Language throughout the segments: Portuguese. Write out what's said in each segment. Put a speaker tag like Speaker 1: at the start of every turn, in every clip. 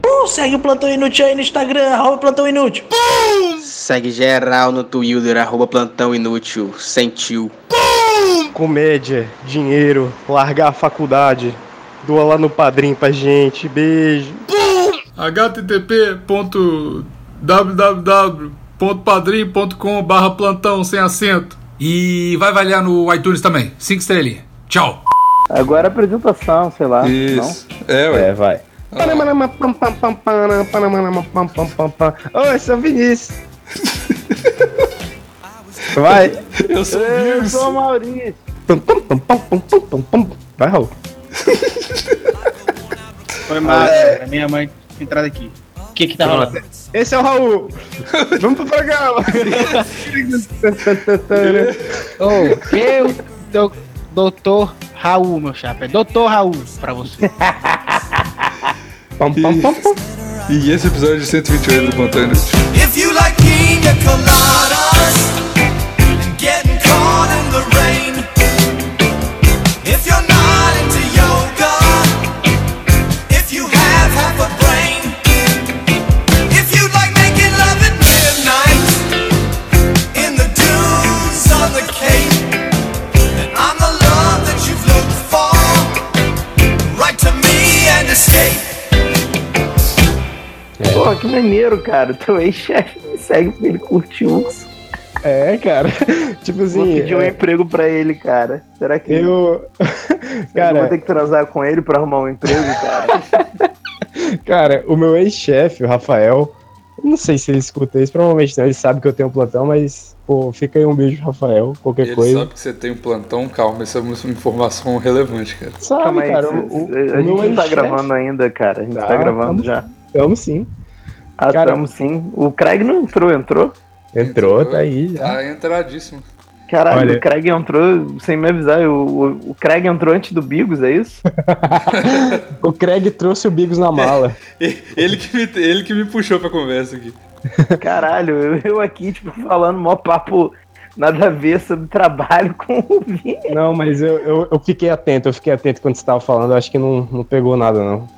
Speaker 1: Então segue o Plantão Inútil aí no Instagram, arroba Plantão Inútil.
Speaker 2: Segue geral no Twitter, arroba plantão inútil, sentiu.
Speaker 3: Comédia, dinheiro, largar a faculdade. Doa lá no padrinho pra gente. Beijo.
Speaker 4: http.www.padrim.com barra plantão sem acento. E vai avaliar no iTunes também. Cinco estrelinhas. Tchau.
Speaker 5: Agora apresentação, sei lá.
Speaker 6: Isso. É, ué.
Speaker 5: É, vai. Panamanama, pam, pam, pam, pana, panamanama, pam, pam, pam, pam. Oi, sou o Vinícius. Vai.
Speaker 6: Eu sou
Speaker 5: Eu
Speaker 6: Wilson.
Speaker 5: sou o Maurício. Pam, pam, pam, pam, pam, pam, pam, pam. Vai, Raul.
Speaker 7: Foi mal, cara. Minha mãe entrada aqui. O que que tá rolando?
Speaker 5: Esse é o Raul. Vamos pro programa.
Speaker 7: Oh, eu, do, doutor Raul, meu chapa. É doutor Raul pra você.
Speaker 5: pam, pam, pam, pam.
Speaker 6: E esse episódio de 128 do Plantão Inútil.
Speaker 8: If you like pina coladas and getting caught in the rain, if you're not into yoga, if you have half a brain, if you like making love at midnight in the dunes on the cape, then I'm the love that you've looked for. Write to me and escape.
Speaker 5: Pô, que maneiro, cara. Teu ex-chefe me segue porque ele curte urso.
Speaker 3: É, cara. Tipo assim.
Speaker 5: Vou pedir um
Speaker 3: é,
Speaker 5: emprego pra ele, cara. Será que eu,
Speaker 3: eu.
Speaker 5: vou ter
Speaker 3: cara,
Speaker 5: que transar com ele pra arrumar um emprego, cara?
Speaker 3: cara, o meu ex-chefe, o Rafael. Não sei se ele escuta isso, provavelmente não. Ele sabe que eu tenho um plantão, mas, pô, fica aí um beijo, Rafael. Qualquer
Speaker 6: Ele
Speaker 3: coisa.
Speaker 6: sabe que você tem um plantão, calma, isso é uma informação relevante, cara.
Speaker 3: Sabe,
Speaker 5: Calma aí,
Speaker 3: cara.
Speaker 5: cê-
Speaker 3: o- o-
Speaker 5: cê- a
Speaker 3: o meu
Speaker 5: gente não tá
Speaker 3: ex-chefe-
Speaker 5: gravando ainda, cara. A gente tá,
Speaker 3: Tá,
Speaker 5: gravando
Speaker 3: tamo-
Speaker 5: já.
Speaker 3: Tamo sim.
Speaker 5: Ah,
Speaker 3: Cara-
Speaker 5: tamo sim. O Craig não entrou, entrou?
Speaker 3: Entrou,
Speaker 6: Entrou.
Speaker 3: tá aí. já.
Speaker 6: Tá entradíssimo.
Speaker 5: Caralho,
Speaker 3: Olha-
Speaker 5: o Craig entrou sem me avisar. O, o, o Craig entrou antes do Bigos, é isso?
Speaker 3: O Craig trouxe o Bigos na mala.
Speaker 6: Ele que, me, ele que me puxou pra conversa aqui.
Speaker 5: Caralho, eu, eu aqui, tipo, falando mó papo nada a ver sobre trabalho com o Vini.
Speaker 3: Não, mas eu, eu, eu fiquei atento, eu fiquei atento quando você tava falando, eu acho que não, não pegou nada, não.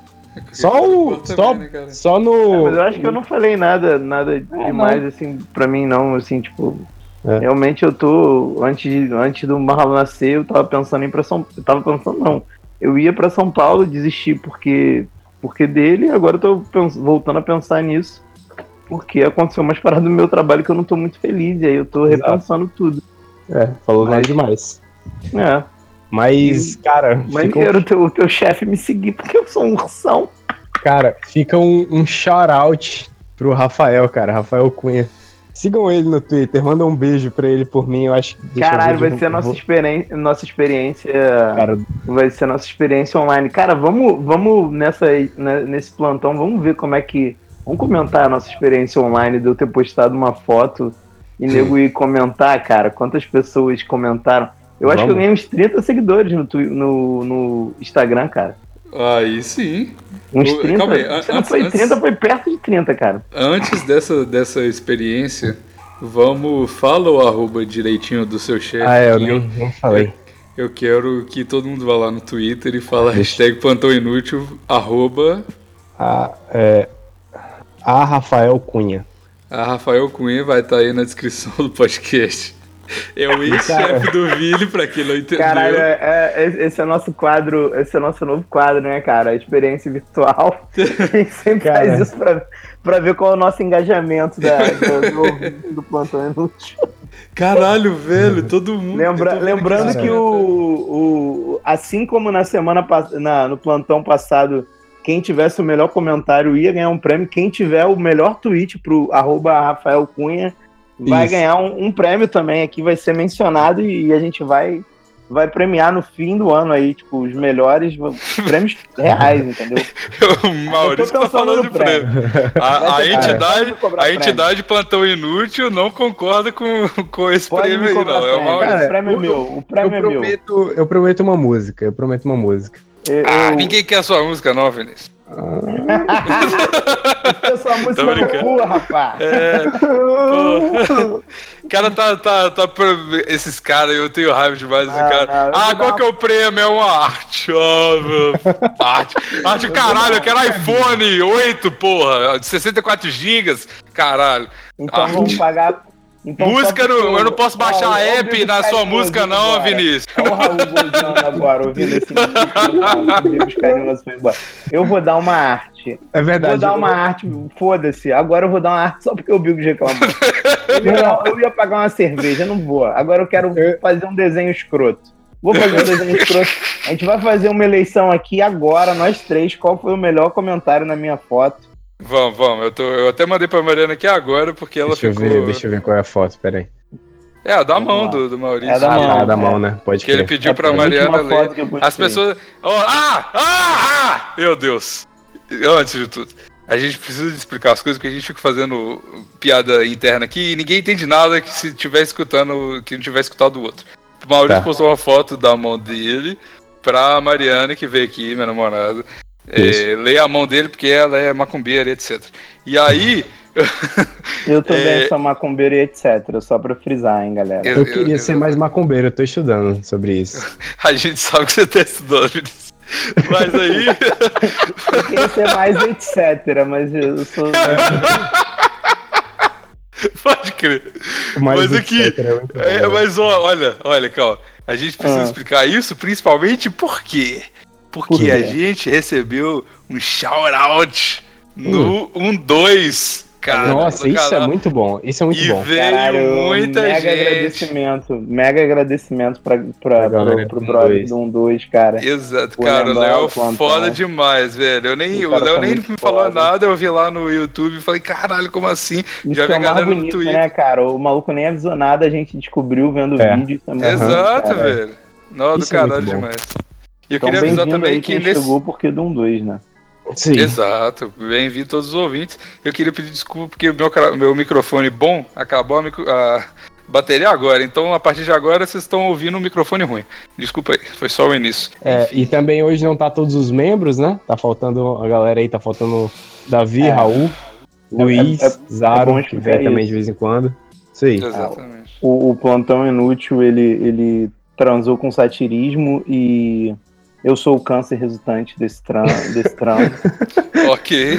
Speaker 3: Só o.
Speaker 6: Também,
Speaker 3: Só,
Speaker 6: né, cara?
Speaker 3: só
Speaker 5: É,
Speaker 3: no.
Speaker 5: mas eu acho que eu não falei nada, nada demais, assim, pra mim não, assim, tipo.
Speaker 3: É.
Speaker 5: Realmente eu tô. Antes, de- antes do Marlon nascer, eu tava pensando em ir pra São Eu tava pensando, não. Eu ia pra São Paulo desistir porque, porque dele, agora eu tô pens- voltando a pensar nisso. Porque aconteceu umas paradas no meu trabalho que eu não tô muito feliz, e aí eu tô
Speaker 3: Exato.
Speaker 5: repensando tudo.
Speaker 3: É, falou nada
Speaker 5: Mas-
Speaker 3: demais.
Speaker 5: É.
Speaker 3: Mas, cara, fica um,
Speaker 5: Maneiro teu, teu chefe me seguir porque eu sou um ursão.
Speaker 3: cara, fica um, um shout-out pro Rafael, cara, Rafael Cunha. Sigam ele no Twitter, manda um beijo pra ele por mim, eu acho que. deixa eu
Speaker 5: Caralho,
Speaker 3: ver,
Speaker 5: vai
Speaker 3: eu
Speaker 5: ser a
Speaker 3: vou-
Speaker 5: nossa experiência, nossa experiência.
Speaker 3: Cara,
Speaker 5: Vai ser a nossa experiência online. Cara, vamos, vamos nessa, né, nesse plantão, vamos ver como é que. Vamos comentar a nossa experiência online de eu ter postado uma foto e nego ir comentar, cara. Quantas pessoas comentaram? Eu acho que
Speaker 3: Vamos.
Speaker 5: eu ganhei uns 30 seguidores no, Twi- no, no Instagram, cara.
Speaker 6: Aí sim.
Speaker 5: Uns
Speaker 6: Ô,
Speaker 5: 30.
Speaker 6: calma aí, a-
Speaker 5: se não
Speaker 6: antes-
Speaker 5: foi
Speaker 6: antes-
Speaker 5: 30, foi perto de 30, cara.
Speaker 6: Antes dessa, dessa experiência, vamos. Fala o arroba direitinho do seu chefe.
Speaker 3: ah, é, eu
Speaker 6: que
Speaker 3: nem,
Speaker 6: eu,
Speaker 3: nem falei.
Speaker 6: eu quero que todo mundo vá lá no Twitter e fala
Speaker 3: Deixa.
Speaker 6: hashtag plantão inútil, arroba
Speaker 3: Ah, é, a Rafael Cunha.
Speaker 6: A Rafael Cunha vai estar aí na descrição do podcast. É o ex-chefe do Vili, pra quem não entendeu.
Speaker 5: Caralho, é- é- esse é o nosso quadro, esse é o nosso novo quadro, né, cara? A experiência virtual. A gente sempre
Speaker 3: Cara.
Speaker 5: faz isso pra, pra ver qual é o nosso engajamento da, do, do, ouvinte do plantão né? inútil.
Speaker 6: Caralho, velho, todo mundo.
Speaker 5: Lembra-
Speaker 6: eu tô vendo
Speaker 5: lembrando
Speaker 6: aqui,
Speaker 5: que
Speaker 6: cara.
Speaker 5: o, o. Assim como na semana pass- na, no plantão passado, quem tivesse o melhor comentário ia ganhar um prêmio. Quem tiver o melhor tweet pro arroba Rafael Cunha vai
Speaker 3: Isso.
Speaker 5: ganhar um, um prêmio também aqui, vai ser mencionado e, a gente vai, vai premiar no fim do ano aí, tipo, os melhores prêmios reais, entendeu?
Speaker 6: O Maurício
Speaker 5: Eu tô
Speaker 6: tá falando de
Speaker 5: pensando no
Speaker 6: prêmio. A, a
Speaker 5: Vai ser caro.
Speaker 6: entidade,
Speaker 5: Pode cobrar
Speaker 6: a
Speaker 5: prêmio.
Speaker 6: entidade Plantão Inútil não concorda com, com esse
Speaker 5: Pode
Speaker 6: prêmio
Speaker 5: me
Speaker 6: aí,
Speaker 5: cobrar
Speaker 6: não. É o
Speaker 5: prêmio.
Speaker 6: Maurício.
Speaker 5: Cara, o prêmio é meu, o
Speaker 3: Eu
Speaker 5: prêmio é meu.
Speaker 3: prometo, eu prometo uma música, eu prometo uma música.
Speaker 5: Eu-
Speaker 6: Ah,
Speaker 5: eu-
Speaker 6: ninguém quer a sua música, não, Vinícius.
Speaker 5: Eu sou a música
Speaker 6: Tô brincando.
Speaker 5: da rua, rapaz.
Speaker 6: Pô. cara tá, tá, tá. pra- Esses caras, eu tenho raiva demais desse
Speaker 5: Ah,
Speaker 6: cara.
Speaker 5: não, eu
Speaker 6: ah,
Speaker 5: vou
Speaker 6: qual
Speaker 5: dar
Speaker 6: que é o prêmio? É uma arte. Ah, meu, arte. Arte, caralho, eu quero iPhone 8, porra. 64 GB. Caralho.
Speaker 5: Então
Speaker 6: Arte.
Speaker 5: vamos pagar. Então,
Speaker 6: Ah. música,
Speaker 5: só porque
Speaker 6: não, eu não posso baixar
Speaker 5: Ó,
Speaker 6: a
Speaker 5: o
Speaker 6: app
Speaker 5: Rodrigo
Speaker 6: na
Speaker 5: tá
Speaker 6: sua
Speaker 5: escondido
Speaker 6: música, não,
Speaker 5: agora.
Speaker 6: Vinícius.
Speaker 5: Olha o Raul gozando agora, ouvindo esse Deus carinhoso foi embora. Eu vou dar uma arte.
Speaker 3: É verdade.
Speaker 5: Vou dar uma arte, foda-se. Agora eu vou dar uma arte só porque o Bilbo reclamou. Eu, eu ia pagar uma cerveja, eu não vou. Agora eu quero
Speaker 3: Eu-
Speaker 5: fazer um desenho escroto. Vou fazer um desenho escroto. A gente vai fazer uma eleição aqui agora, nós três. Qual foi o melhor comentário na minha foto?
Speaker 6: Vamos, vamos. Eu, tô, eu até mandei pra Mariana aqui agora, porque ela
Speaker 3: Deixa eu,
Speaker 6: ficou.
Speaker 3: ver, deixa eu ver qual é a foto, peraí.
Speaker 6: É, a da mão
Speaker 5: lá.
Speaker 6: do, do Maurício.
Speaker 5: É a da mão.
Speaker 3: Ah, da mão, né? Pode
Speaker 6: Que ele
Speaker 3: crer.
Speaker 6: pediu pra
Speaker 5: a
Speaker 6: Mariana
Speaker 5: última
Speaker 6: ler.
Speaker 5: foto que eu postei.
Speaker 6: As pessoas. Ó, ah! Ah! Ah! Meu Deus! Antes de tudo, a gente precisa explicar as coisas, porque a gente fica fazendo piada interna aqui e ninguém entende nada que se tiver escutando, que não tiver escutado o outro. O Maurício
Speaker 3: Tá.
Speaker 6: postou uma foto da mão dele pra Mariana, que veio aqui, minha namorada. É,
Speaker 3: Isso.
Speaker 6: leia a mão dele porque ela é macumbeira, etc. E aí.
Speaker 5: Eu também
Speaker 6: É.
Speaker 5: sou macumbeiro e etc. Só pra frisar, hein, galera.
Speaker 3: Eu queria ser mais macumbeiro, eu tô estudando sobre isso.
Speaker 6: A gente sabe que você tá estudando, Vinícius. Mas aí.
Speaker 5: Eu queria ser mais etc. Mas eu sou.
Speaker 6: pode crer. Mas aqui,
Speaker 3: etcétera, é muito
Speaker 6: É,
Speaker 3: bom.
Speaker 6: mas ó, olha, olha, calma. A gente precisa
Speaker 5: Ah.
Speaker 6: explicar isso principalmente por quê? Porque
Speaker 5: Por quê?
Speaker 6: a gente recebeu um shout-out
Speaker 5: Hum.
Speaker 6: no 1-2, cara.
Speaker 3: Nossa,
Speaker 6: do
Speaker 3: isso é
Speaker 6: canal.
Speaker 3: muito bom. Isso é muito
Speaker 6: E
Speaker 3: bom.
Speaker 6: veio
Speaker 5: Caralho,
Speaker 6: muita
Speaker 5: mega
Speaker 6: gente.
Speaker 5: agradecimento. Mega agradecimento pra, pra,
Speaker 3: Pra galera
Speaker 5: pro, pro
Speaker 3: do
Speaker 5: brother
Speaker 3: dois.
Speaker 5: do 1-2, cara.
Speaker 6: Exato,
Speaker 5: Vou
Speaker 6: cara, o
Speaker 5: lembrar
Speaker 6: Léo é
Speaker 5: o plantão.
Speaker 6: foda demais, velho. Eu nem,
Speaker 5: O
Speaker 6: o
Speaker 5: cara
Speaker 6: Léo
Speaker 5: tá
Speaker 6: nem
Speaker 5: muito
Speaker 6: me falou
Speaker 5: foda.
Speaker 6: nada, eu vi lá no YouTube e falei, caralho, como assim?
Speaker 5: Isso
Speaker 6: Já vi
Speaker 5: é
Speaker 6: a
Speaker 5: o mais
Speaker 6: galera no
Speaker 5: bonito,
Speaker 6: Twitter.
Speaker 5: né, cara? O maluco nem avisou nada, a gente descobriu vendo o
Speaker 3: É.
Speaker 5: vídeo. Isso é muito
Speaker 6: Exato,
Speaker 5: bom, cara.
Speaker 6: velho. Não, do
Speaker 3: Isso é muito
Speaker 6: caralho
Speaker 3: bom.
Speaker 6: demais. E eu
Speaker 5: Então,
Speaker 6: queria avisar
Speaker 5: bem-vindo
Speaker 6: também
Speaker 5: aí
Speaker 6: que
Speaker 5: quem
Speaker 6: nesse,
Speaker 5: chegou, porque do 1-2, né?
Speaker 3: Sim.
Speaker 6: Exato, bem-vindo todos os ouvintes. Eu queria pedir desculpa porque o meu, cra- meu microfone bom acabou a, micro- a bateria agora, então a partir de agora vocês estão ouvindo um microfone ruim. Desculpa aí, foi só o início.
Speaker 3: É, e também hoje não tá todos os membros, né? Tá faltando a galera aí, tá faltando Davi,
Speaker 5: É.
Speaker 3: Raul, Luiz,
Speaker 5: é- é
Speaker 3: Zaro,
Speaker 5: bom
Speaker 3: que
Speaker 5: explicar
Speaker 3: vem também
Speaker 5: isso. É.
Speaker 3: de vez em quando. Isso aí.
Speaker 6: Exatamente.
Speaker 5: O, o plantão inútil, ele, ele transou com satirismo e eu sou o câncer resultante desse tran, desse transo.
Speaker 6: ok,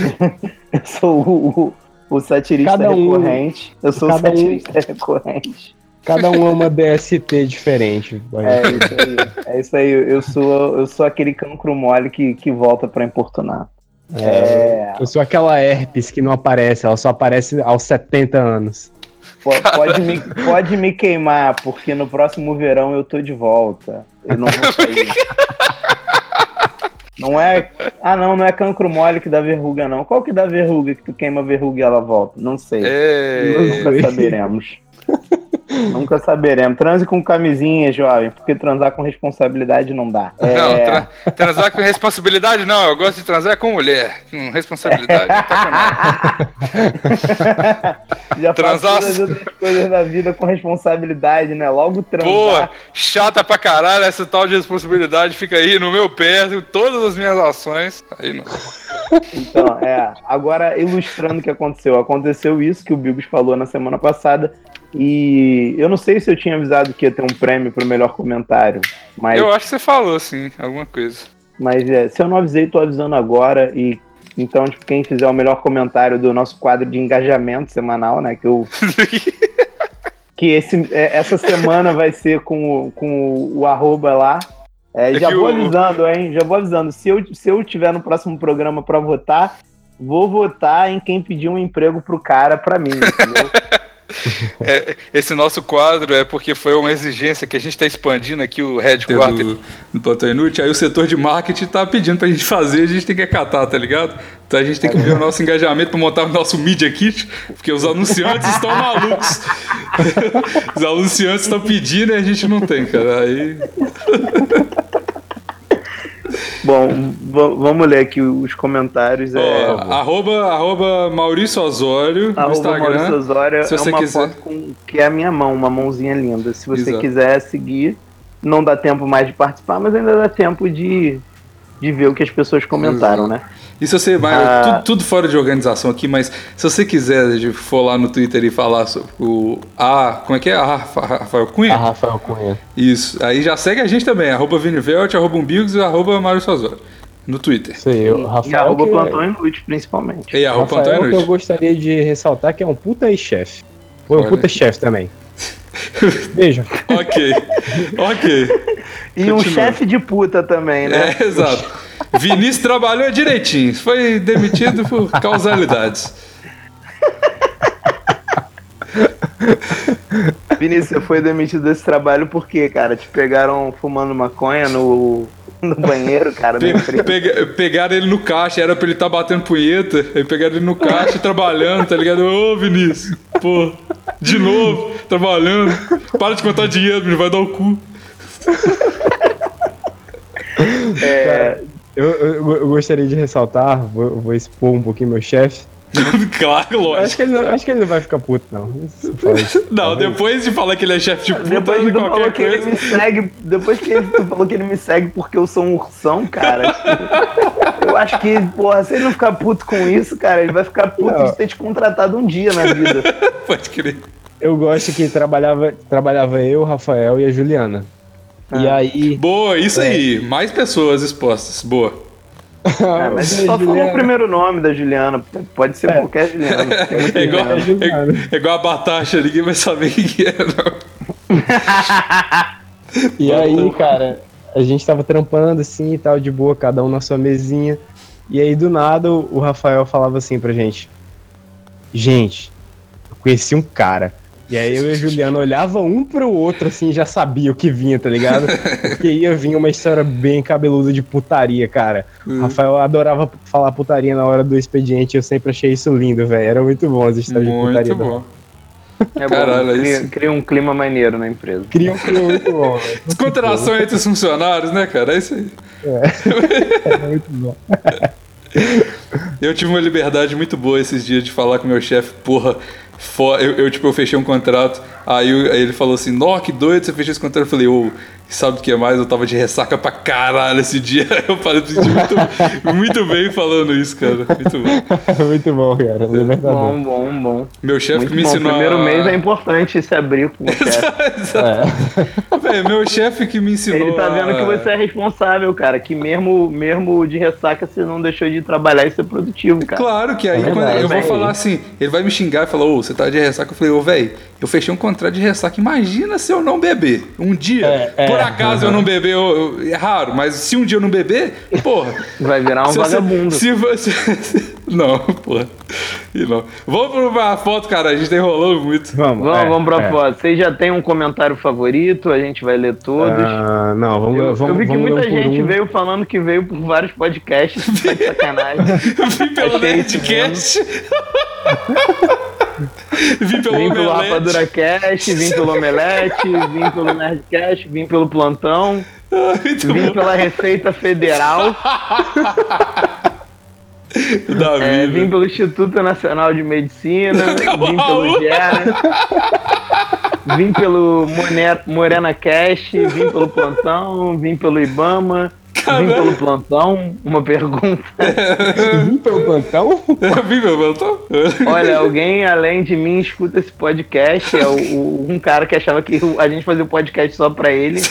Speaker 5: Eu sou o, o, o satirista
Speaker 3: Cada um-
Speaker 5: recorrente. Eu sou o
Speaker 3: cada um-
Speaker 5: satirista recorrente.
Speaker 3: Cada um ama DST diferente.
Speaker 5: É isso aí. É isso aí. Eu sou, eu sou aquele cancro mole que, que volta pra importunar. É,
Speaker 3: Eu sou aquela herpes que não aparece, ela só aparece aos 70 anos.
Speaker 5: po- pode, me, pode me queimar, porque no próximo verão eu tô de volta. Eu não vou sair. Não é. Ah, não, não é cancro mole que dá verruga, não. Qual que dá verruga que tu queima a verruga e ela volta? Não sei.
Speaker 6: é...
Speaker 5: Nunca saberemos. Nunca saberemos. Transe com camisinha, jovem, porque transar com responsabilidade não dá. É,
Speaker 6: Não, tra- transar com responsabilidade não, eu gosto de transar com mulher, com responsabilidade. não tá com nada.
Speaker 5: Já faz
Speaker 6: Transar-
Speaker 5: todas as outras coisas da vida com responsabilidade, né? Logo transar.
Speaker 6: Boa, chata pra caralho, essa tal de responsabilidade fica aí no meu pé, em todas as minhas ações. Aí não.
Speaker 5: Então, é. Agora, ilustrando o que aconteceu. Aconteceu isso que o Bigos falou na semana passada. E eu não sei se eu tinha avisado que ia ter um prêmio pro melhor comentário. Mas,
Speaker 6: Eu acho que você falou, sim, alguma coisa.
Speaker 5: mas é, se eu não avisei, tô avisando agora. E então, tipo, quem fizer o melhor comentário do nosso quadro de engajamento semanal, né? Que eu. Que esse, é, essa semana vai ser com, o- com o, o arroba lá. É,
Speaker 6: É
Speaker 5: já
Speaker 6: que
Speaker 5: vou
Speaker 6: o-
Speaker 5: avisando, hein? Já vou avisando. Se eu, se eu tiver no próximo programa pra votar, vou votar em quem pedir um emprego pro cara pra mim, entendeu?
Speaker 6: Esse nosso quadro é porque foi uma exigência que a gente está expandindo aqui o headquarter.
Speaker 9: do, do Plantão Inútil, aí o setor de marketing tá pedindo pra gente fazer, a gente tem que acatar, tá ligado? Então a gente tem que ver o nosso engajamento pra montar o nosso Media Kit, porque os anunciantes estão malucos. os anunciantes estão pedindo e a gente não tem, cara. Aí,
Speaker 5: Bom, va- vamos ler aqui os comentários. é,
Speaker 9: ó, arroba, arroba Maurício Osório no
Speaker 5: Arroba Maurício
Speaker 9: Instagram.
Speaker 5: Osório
Speaker 9: se
Speaker 5: é
Speaker 9: você
Speaker 5: uma
Speaker 9: quiser.
Speaker 5: foto com, que é a minha mão, uma mãozinha linda. Se você
Speaker 9: Exato.
Speaker 5: quiser seguir, não dá tempo mais de participar, mas ainda dá tempo de, de ver o que as pessoas comentaram, né?
Speaker 6: E se você vai.
Speaker 5: Ah.
Speaker 6: Tudo, tudo fora de organização aqui, mas se você quiser de- for lá no Twitter e falar sobre o. Ah, como é que é? Ah, Rafa- Rafael Cunha?
Speaker 3: A Rafael Cunha.
Speaker 6: Isso. Aí já segue a gente também, arroba Vinivelt, arroba Umbigos e arroba Mário Sozora. No Twitter.
Speaker 3: Isso aí, o
Speaker 5: E
Speaker 3: Rafael.
Speaker 5: arroba
Speaker 3: que- é.
Speaker 5: plantão inútil, principalmente.
Speaker 6: E arroba
Speaker 3: Rafael,
Speaker 6: Plantão é
Speaker 3: que eu
Speaker 6: Noite.
Speaker 3: gostaria de ressaltar que é um puta ex-chefe. Foi um
Speaker 6: Olha.
Speaker 3: puta chefe também. Beijo.
Speaker 6: Ok. ok.
Speaker 5: E um
Speaker 6: Continua.
Speaker 5: chefe de puta também, né?
Speaker 6: É, exato. Vinícius trabalhou direitinho. Foi demitido por causalidades.
Speaker 9: É.
Speaker 5: Vinícius, você foi demitido desse trabalho por quê, cara? Te pegaram fumando maconha no, no banheiro, cara, é da
Speaker 6: Pe-
Speaker 5: empresa.
Speaker 6: pega- pegaram ele no caixa, era pra ele estar batendo punheta. Aí pegaram ele no caixa trabalhando, tá ligado? Ô, Vinícius, pô, de novo, trabalhando. Para de contar dinheiro, menino, vai dar o cu.
Speaker 5: É,
Speaker 3: Eu, eu- eu gostaria de ressaltar, vou, vou expor um pouquinho meu chefe.
Speaker 6: claro,
Speaker 3: Eu Acho
Speaker 6: lógico.
Speaker 3: que, ele, não- acho que ele não vai ficar puto, não. Isso fala isso.
Speaker 6: Não, depois de falar que ele é chefe de puta
Speaker 5: Tá depois que
Speaker 6: de
Speaker 5: tu falou
Speaker 6: qualquer
Speaker 5: que ele
Speaker 6: coisa.
Speaker 5: me segue, depois que ele- tu falou que ele me segue porque eu sou um ursão, cara. tipo, Eu acho que, porra, se ele não ficar puto com isso, cara, ele vai ficar puto
Speaker 3: Não.
Speaker 5: de ter te contratado um dia na vida.
Speaker 6: Pode crer.
Speaker 3: Eu gosto que trabalhava, trabalhava eu, o Rafael e a Juliana. E aí.
Speaker 6: Boa, isso
Speaker 5: É.
Speaker 6: aí. Mais pessoas expostas. Boa.
Speaker 5: Ah, mas ele só falou o primeiro nome da Juliana. Pode ser qualquer Juliana.
Speaker 6: É igual,
Speaker 3: É, julgado.
Speaker 6: é- é igual a Batasha, ninguém vai saber quem que é, não.
Speaker 3: E aí, cara, a gente tava trampando assim e tal, de boa, cada um na sua mesinha. E aí, do nada, o o Rafael falava assim pra gente: Gente, eu conheci um cara. E aí eu e a Juliana olhava um pro outro, assim, já sabia o que vinha, tá ligado? Porque ia vir uma história bem cabeluda de putaria, cara.
Speaker 6: Hum.
Speaker 3: O Rafael adorava falar putaria na hora do expediente, eu sempre achei isso lindo, velho. Era muito bom as histórias de putaria.
Speaker 6: Muito
Speaker 3: do
Speaker 6: bom.
Speaker 5: É
Speaker 6: Caralho,
Speaker 5: bom,
Speaker 6: é
Speaker 5: cria,
Speaker 6: isso.
Speaker 5: cria um clima maneiro na empresa.
Speaker 3: Cria um clima muito bom, velho.
Speaker 6: Descontração entre os funcionários, né, cara? É isso aí.
Speaker 3: Era muito bom.
Speaker 6: Eu tive uma liberdade muito boa esses dias de falar com meu chefe, porra. fo- Eu, eu, tipo, eu fechei um contrato, aí, eu- aí ele falou assim, nó, que doido, você fechou esse contrato. Eu falei, ô, sabe o que é mais? Eu tava de ressaca pra caralho esse dia. Eu falei, me senti muito, muito bem falando isso, cara. Muito bom.
Speaker 3: muito bom, cara. Libertador.
Speaker 5: Bom, bom, bom.
Speaker 6: Meu Tá chefe
Speaker 5: Muito
Speaker 6: que me
Speaker 5: bom.
Speaker 6: ensinou
Speaker 5: Primeiro
Speaker 6: a...
Speaker 5: mês é importante se abrir com o chefe.
Speaker 3: É.
Speaker 6: Véi, meu chefe que me ensinou
Speaker 5: Ele tá
Speaker 6: a-
Speaker 5: vendo que você é responsável, cara. Que mesmo, mesmo de ressaca, você não deixou de trabalhar e ser produtivo, cara. É
Speaker 6: Claro que aí quando
Speaker 5: verdade,
Speaker 6: eu vou
Speaker 5: véi.
Speaker 6: falar assim, ele vai me xingar e falar, ô, você tá de ressaca. Eu falei, ô, velho, eu fechei um contrato de ressaca. Imagina se eu não beber um dia.
Speaker 3: É, é.
Speaker 6: por acaso eu não beber, eu- eu- é raro, mas se um dia eu não beber, porra.
Speaker 5: Vai virar um
Speaker 6: se você-
Speaker 5: vagabundo.
Speaker 6: se você. não, porra. E não. Vamos pra uma foto, cara, a gente tá enrolando muito.
Speaker 3: Vamos,
Speaker 5: Vamos,
Speaker 3: é,
Speaker 5: vamos pra
Speaker 3: é.
Speaker 5: foto. Vocês já têm um comentário favorito, a gente vai ler todos.
Speaker 3: Ah, não, vamos,
Speaker 5: eu,
Speaker 3: vamos,
Speaker 5: eu vi que
Speaker 3: vamos ler
Speaker 5: muita
Speaker 3: um por
Speaker 5: gente
Speaker 3: um.
Speaker 5: veio falando que veio por vários podcasts. tá de sacanagem.
Speaker 6: Eu vim pelo
Speaker 5: Achei isso
Speaker 6: Nerdcast. vim pelo
Speaker 5: Vim
Speaker 3: um
Speaker 5: pelo
Speaker 6: Omelete.
Speaker 5: RapaduraCast, vim pelo Omelete, vim pelo Nerdcast, vim pelo Plantão,
Speaker 6: Muito
Speaker 5: vim
Speaker 6: bom.
Speaker 5: pela Receita Federal.
Speaker 6: Davi,
Speaker 5: É,
Speaker 6: velho.
Speaker 5: vim pelo Instituto Nacional de Medicina, vim pelo Gera, vim pelo Mone- Morena Cash, vim pelo Plantão, vim pelo Ibama, vim pelo Plantão. Uma pergunta.
Speaker 3: Vim pelo um plantão?
Speaker 6: Eu vim, meu, eu tô-
Speaker 5: Olha, alguém além de mim escuta esse podcast. É o, o- um cara que achava que o- a gente fazia o podcast só pra ele.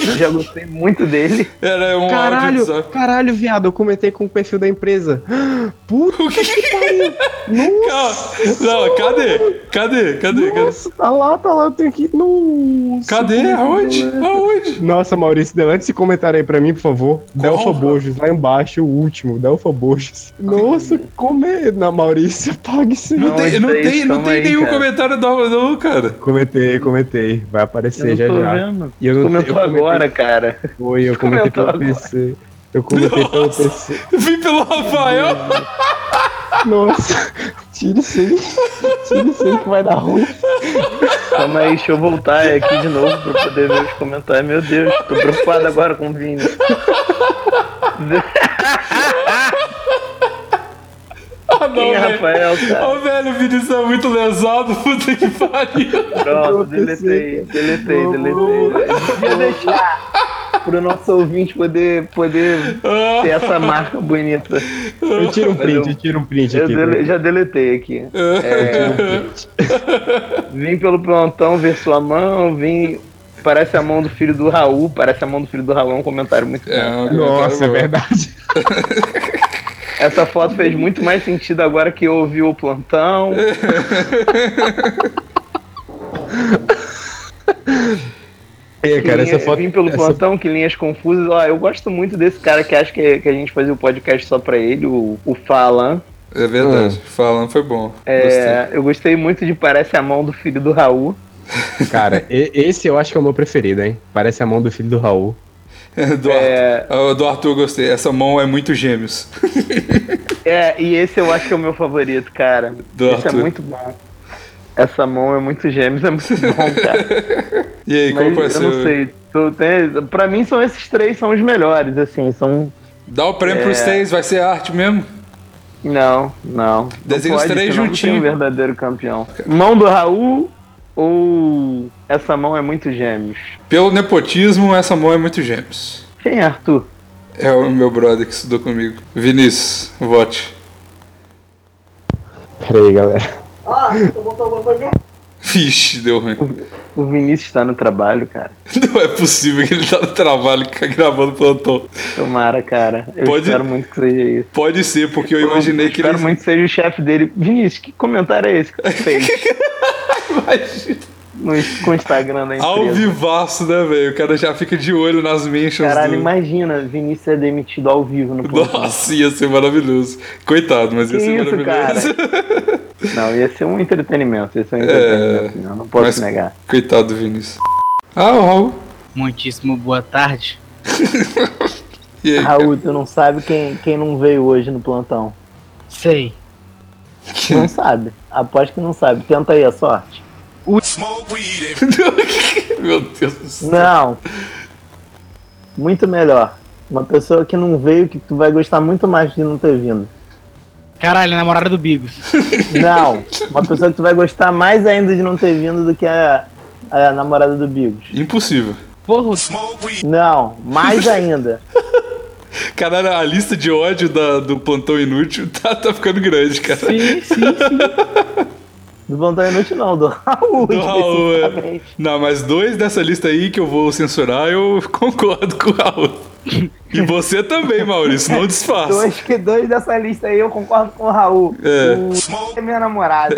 Speaker 5: Eu já gostei muito dele.
Speaker 6: Era um áudio do
Speaker 3: Caralho,
Speaker 6: zap.
Speaker 3: caralho, viado, eu comentei com o perfil da empresa. Puta
Speaker 6: O que
Speaker 3: que pariu!
Speaker 6: Calma. Não, cadê? Cadê? Cadê? Cadê?
Speaker 3: Nossa, tá lá, tá lá, eu tenho que. Nossa! né?
Speaker 6: Cadê? Aonde? Aonde?
Speaker 3: Nossa, Maurício, delante esse comentário aí pra mim, por favor. Delfa
Speaker 6: Porra.
Speaker 3: Bojos, lá embaixo, o último, Delfa Bojos. Nossa, como é. Na Maurício, paga isso aí.
Speaker 6: Não tem,
Speaker 5: isso
Speaker 6: não
Speaker 5: aí,
Speaker 6: tem, não
Speaker 5: calma
Speaker 6: tem
Speaker 5: aí,
Speaker 6: nenhum
Speaker 5: cara.
Speaker 6: comentário do não, cara.
Speaker 3: Comentei, comentei. Vai aparecer já já.
Speaker 5: vendo.
Speaker 3: E eu não- eu
Speaker 5: Comentou
Speaker 3: comentei-
Speaker 5: agora, cara.
Speaker 3: Foi, eu comentei
Speaker 5: Comentou
Speaker 3: pelo
Speaker 5: agora.
Speaker 3: PC. Eu comentei pelo PC.
Speaker 6: Vim pelo Rafael.
Speaker 3: Nossa, tira isso aí. Tira isso aí que vai dar ruim.
Speaker 5: Calma aí, deixa eu voltar aqui de novo pra poder ver os comentários. Meu Deus, tô preocupado agora com o Vini.
Speaker 6: Ah, não,
Speaker 5: Quem é
Speaker 6: velho.
Speaker 5: Rafael,
Speaker 6: Ô,
Speaker 5: cara?
Speaker 6: velho, o Vinícius é muito lesado. Puta que pariu.
Speaker 5: Pronto, deletei, deletei, deletei. Podia deixar. pro nosso ouvinte poder, poder ter essa marca bonita.
Speaker 3: Eu tiro um print, eu um tiro um print
Speaker 5: Eu
Speaker 3: aqui.
Speaker 5: dele-
Speaker 3: Bruno.
Speaker 5: já deletei aqui. É, vim pelo plantão ver sua mão, vim. Parece a mão do filho do Raul, parece a mão do filho do Raul, é um comentário muito
Speaker 6: É,
Speaker 5: bom.
Speaker 6: um comentário
Speaker 3: Nossa, é
Speaker 6: bom.
Speaker 3: verdade.
Speaker 5: Essa foto fez muito mais sentido agora que eu ouvi o plantão.
Speaker 3: É, cara,
Speaker 5: Linha-
Speaker 3: essa foto.
Speaker 5: Vim pelo
Speaker 3: essa-
Speaker 5: plantão, que linhas confusas. Ó, eu gosto muito desse cara que acha que, que a gente fazia o podcast só pra ele, o, o Falan.
Speaker 6: É verdade. Falando foi bom. Gostei.
Speaker 5: É, eu gostei muito de Parece a mão do filho do Raul.
Speaker 3: Cara, e- esse eu acho que é o meu preferido, hein? Parece a mão do filho do Raul.
Speaker 6: Do,
Speaker 5: É.
Speaker 6: Arthur, Ah, do Arthur eu gostei. Essa mão é muito gêmeos.
Speaker 5: É, e esse eu acho que é o meu favorito, cara.
Speaker 6: Do
Speaker 5: esse é
Speaker 6: Arthur.
Speaker 5: muito bom. Essa mão é muito gêmeos, é muito bom, cara.
Speaker 6: E aí, qual
Speaker 5: Mas
Speaker 6: foi
Speaker 5: eu não
Speaker 6: seu.
Speaker 5: sei. Tu tem- Pra mim são esses três, são os melhores, assim, são.
Speaker 6: Dá o prêmio
Speaker 5: É.
Speaker 6: pros três, vai ser arte mesmo?
Speaker 5: Não, não.
Speaker 6: Desenha os
Speaker 5: Não pode,
Speaker 6: três
Speaker 5: senão não
Speaker 6: juntinho.
Speaker 5: tem um verdadeiro campeão. Mão do Raul ou essa mão é muito gêmeos?
Speaker 6: Pelo nepotismo, essa mão é muito gêmeos.
Speaker 5: Quem é Arthur?
Speaker 6: É o meu brother que estudou comigo. Vinícius, vote.
Speaker 3: Pera aí, galera.
Speaker 6: Vixe, deu ruim.
Speaker 5: O Vinícius tá no trabalho, cara.
Speaker 6: Não é possível que ele tá no trabalho que tá gravando plantão.
Speaker 5: Tomara, cara. Eu
Speaker 6: Pode-
Speaker 5: espero muito que seja isso.
Speaker 6: Pode ser, porque eu imaginei que
Speaker 5: espero
Speaker 6: ele.
Speaker 5: muito que seja o chefe dele. Vinícius, que comentário é esse que você fez no, com o Instagram da
Speaker 6: Ao
Speaker 5: empresa?
Speaker 6: vivaço, né, velho? O cara já fica de olho nas mentions
Speaker 5: Caralho,
Speaker 6: do...
Speaker 5: imagina, Vinícius é demitido ao vivo no plantão.
Speaker 6: Nossa, ia ser maravilhoso. Coitado, mas ia
Speaker 5: Que
Speaker 6: ser
Speaker 5: isso,
Speaker 6: maravilhoso.
Speaker 5: Não, ia ser um entretenimento, ia ser um entretenimento, não, não posso
Speaker 6: É. mas-
Speaker 5: negar.
Speaker 6: Coitado do Vinícius. Ah, o Raul.
Speaker 7: Muitíssimo boa tarde.
Speaker 6: E aí?
Speaker 5: Raul, tu não sabe quem, quem não veio hoje no plantão.
Speaker 7: Sei.
Speaker 5: Não sabe. Aposto que não sabe. Tenta aí a sorte.
Speaker 8: Smoke weed and
Speaker 6: Meu Deus do céu.
Speaker 5: Não. Muito melhor. Uma pessoa que não veio, que tu vai gostar muito mais de não ter vindo.
Speaker 7: Caralho, namorada do Bigos.
Speaker 5: Não. Uma pessoa que tu vai gostar mais ainda de não ter vindo do que a, a namorada do Bigos.
Speaker 6: Impossível.
Speaker 7: Porra,
Speaker 8: smoke weed.
Speaker 5: Não. Mais ainda.
Speaker 6: Caralho, a lista de ódio da- do plantão inútil tá, tá ficando grande, cara.
Speaker 7: sim, sim, sim.
Speaker 5: Do Plantão Inútil não, do Raul.
Speaker 6: Do Raul, é.
Speaker 5: especificamente.
Speaker 6: Não, mas dois dessa lista aí que eu vou censurar, eu concordo com o Raul. E você também, Maurício, não disfarça.
Speaker 5: É, Dois, que dois dessa lista aí eu concordo com o Raul.
Speaker 6: É.
Speaker 5: O é minha namorada.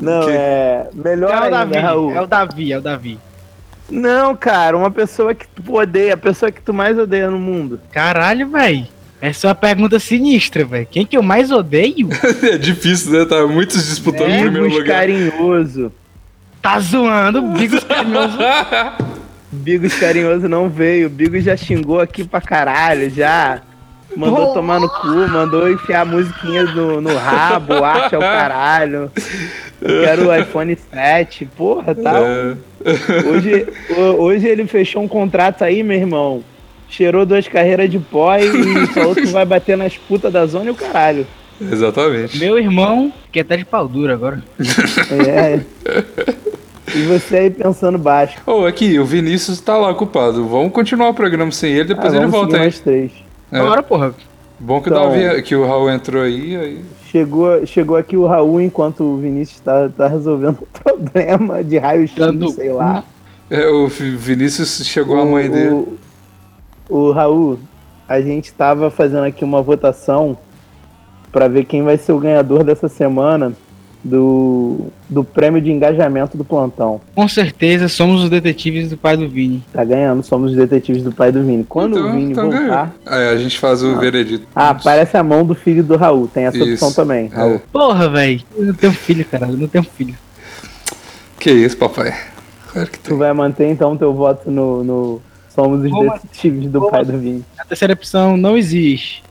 Speaker 5: Não, é. Melhor
Speaker 7: É o
Speaker 5: ainda,
Speaker 7: Davi,
Speaker 5: Raul.
Speaker 7: é o Davi, é o Davi.
Speaker 5: Não, cara, uma pessoa que tu odeia, a pessoa que tu mais odeia no mundo.
Speaker 7: Caralho, velho. Essa é uma pergunta sinistra, velho. Quem que eu mais odeio?
Speaker 6: É difícil, né? Tá muitos disputando
Speaker 5: É,
Speaker 6: o primeiro
Speaker 5: Bigos
Speaker 6: lugar.
Speaker 5: carinhoso.
Speaker 7: Tá zoando, o Bigos é carinhoso.
Speaker 5: Bigos carinhoso não veio. Bigos já xingou aqui pra caralho, já. Mandou tomar no cu, mandou enfiar musiquinha no, no rabo, arte ao caralho. Eu quero o iPhone 7. Porra, tá
Speaker 6: É.
Speaker 5: Hoje, ho- hoje ele fechou um contrato aí, meu irmão. Cheirou duas carreiras de pó e falou que vai bater nas putas da zona e o caralho.
Speaker 6: Exatamente.
Speaker 7: Meu irmão, que é até de pau dura agora.
Speaker 5: É. E você aí pensando baixo.
Speaker 6: Ô, aqui, o Vinícius tá lá culpado. Vamos continuar o programa sem ele,
Speaker 5: Ah,
Speaker 6: depois ele
Speaker 5: vamos
Speaker 6: volta,
Speaker 5: seguir
Speaker 6: hein?
Speaker 5: nós três.
Speaker 6: É.
Speaker 7: Agora, porra.
Speaker 6: Bom que, o
Speaker 5: Então-
Speaker 6: Davi- que o Raul entrou aí, aí.
Speaker 5: Chegou, chegou aqui o Raul enquanto o Vinícius tá, tá resolvendo um problema de raio-x,
Speaker 7: Dando-
Speaker 5: sei lá.
Speaker 6: É, o Vi- Vinícius chegou a mãe
Speaker 5: O-
Speaker 6: dele.
Speaker 5: O, o Raul, a gente tava fazendo aqui uma votação pra ver quem vai ser o ganhador dessa semana do, do prêmio de engajamento do plantão.
Speaker 7: um, Com certeza somos os detetives do pai do Vini.
Speaker 5: Tá ganhando, somos os detetives do pai do Vini. Quando
Speaker 6: Então,
Speaker 5: o Vini voltar.
Speaker 6: ganhando. Aí a gente faz o veredito.
Speaker 5: Ah, parece a mão do filho do Raul. Tem essa
Speaker 6: Isso. É,
Speaker 5: opção também, Raul.
Speaker 7: Porra, velho. Eu não tenho filho, caralho. Eu não tenho filho.
Speaker 6: Que isso, papai. Claro que
Speaker 5: Tu
Speaker 6: tem.
Speaker 5: vai manter então teu voto no. no Somos os
Speaker 7: Vou manter.
Speaker 5: detetives do
Speaker 7: Vou
Speaker 5: pai do Vini.
Speaker 7: A terceira opção não existe.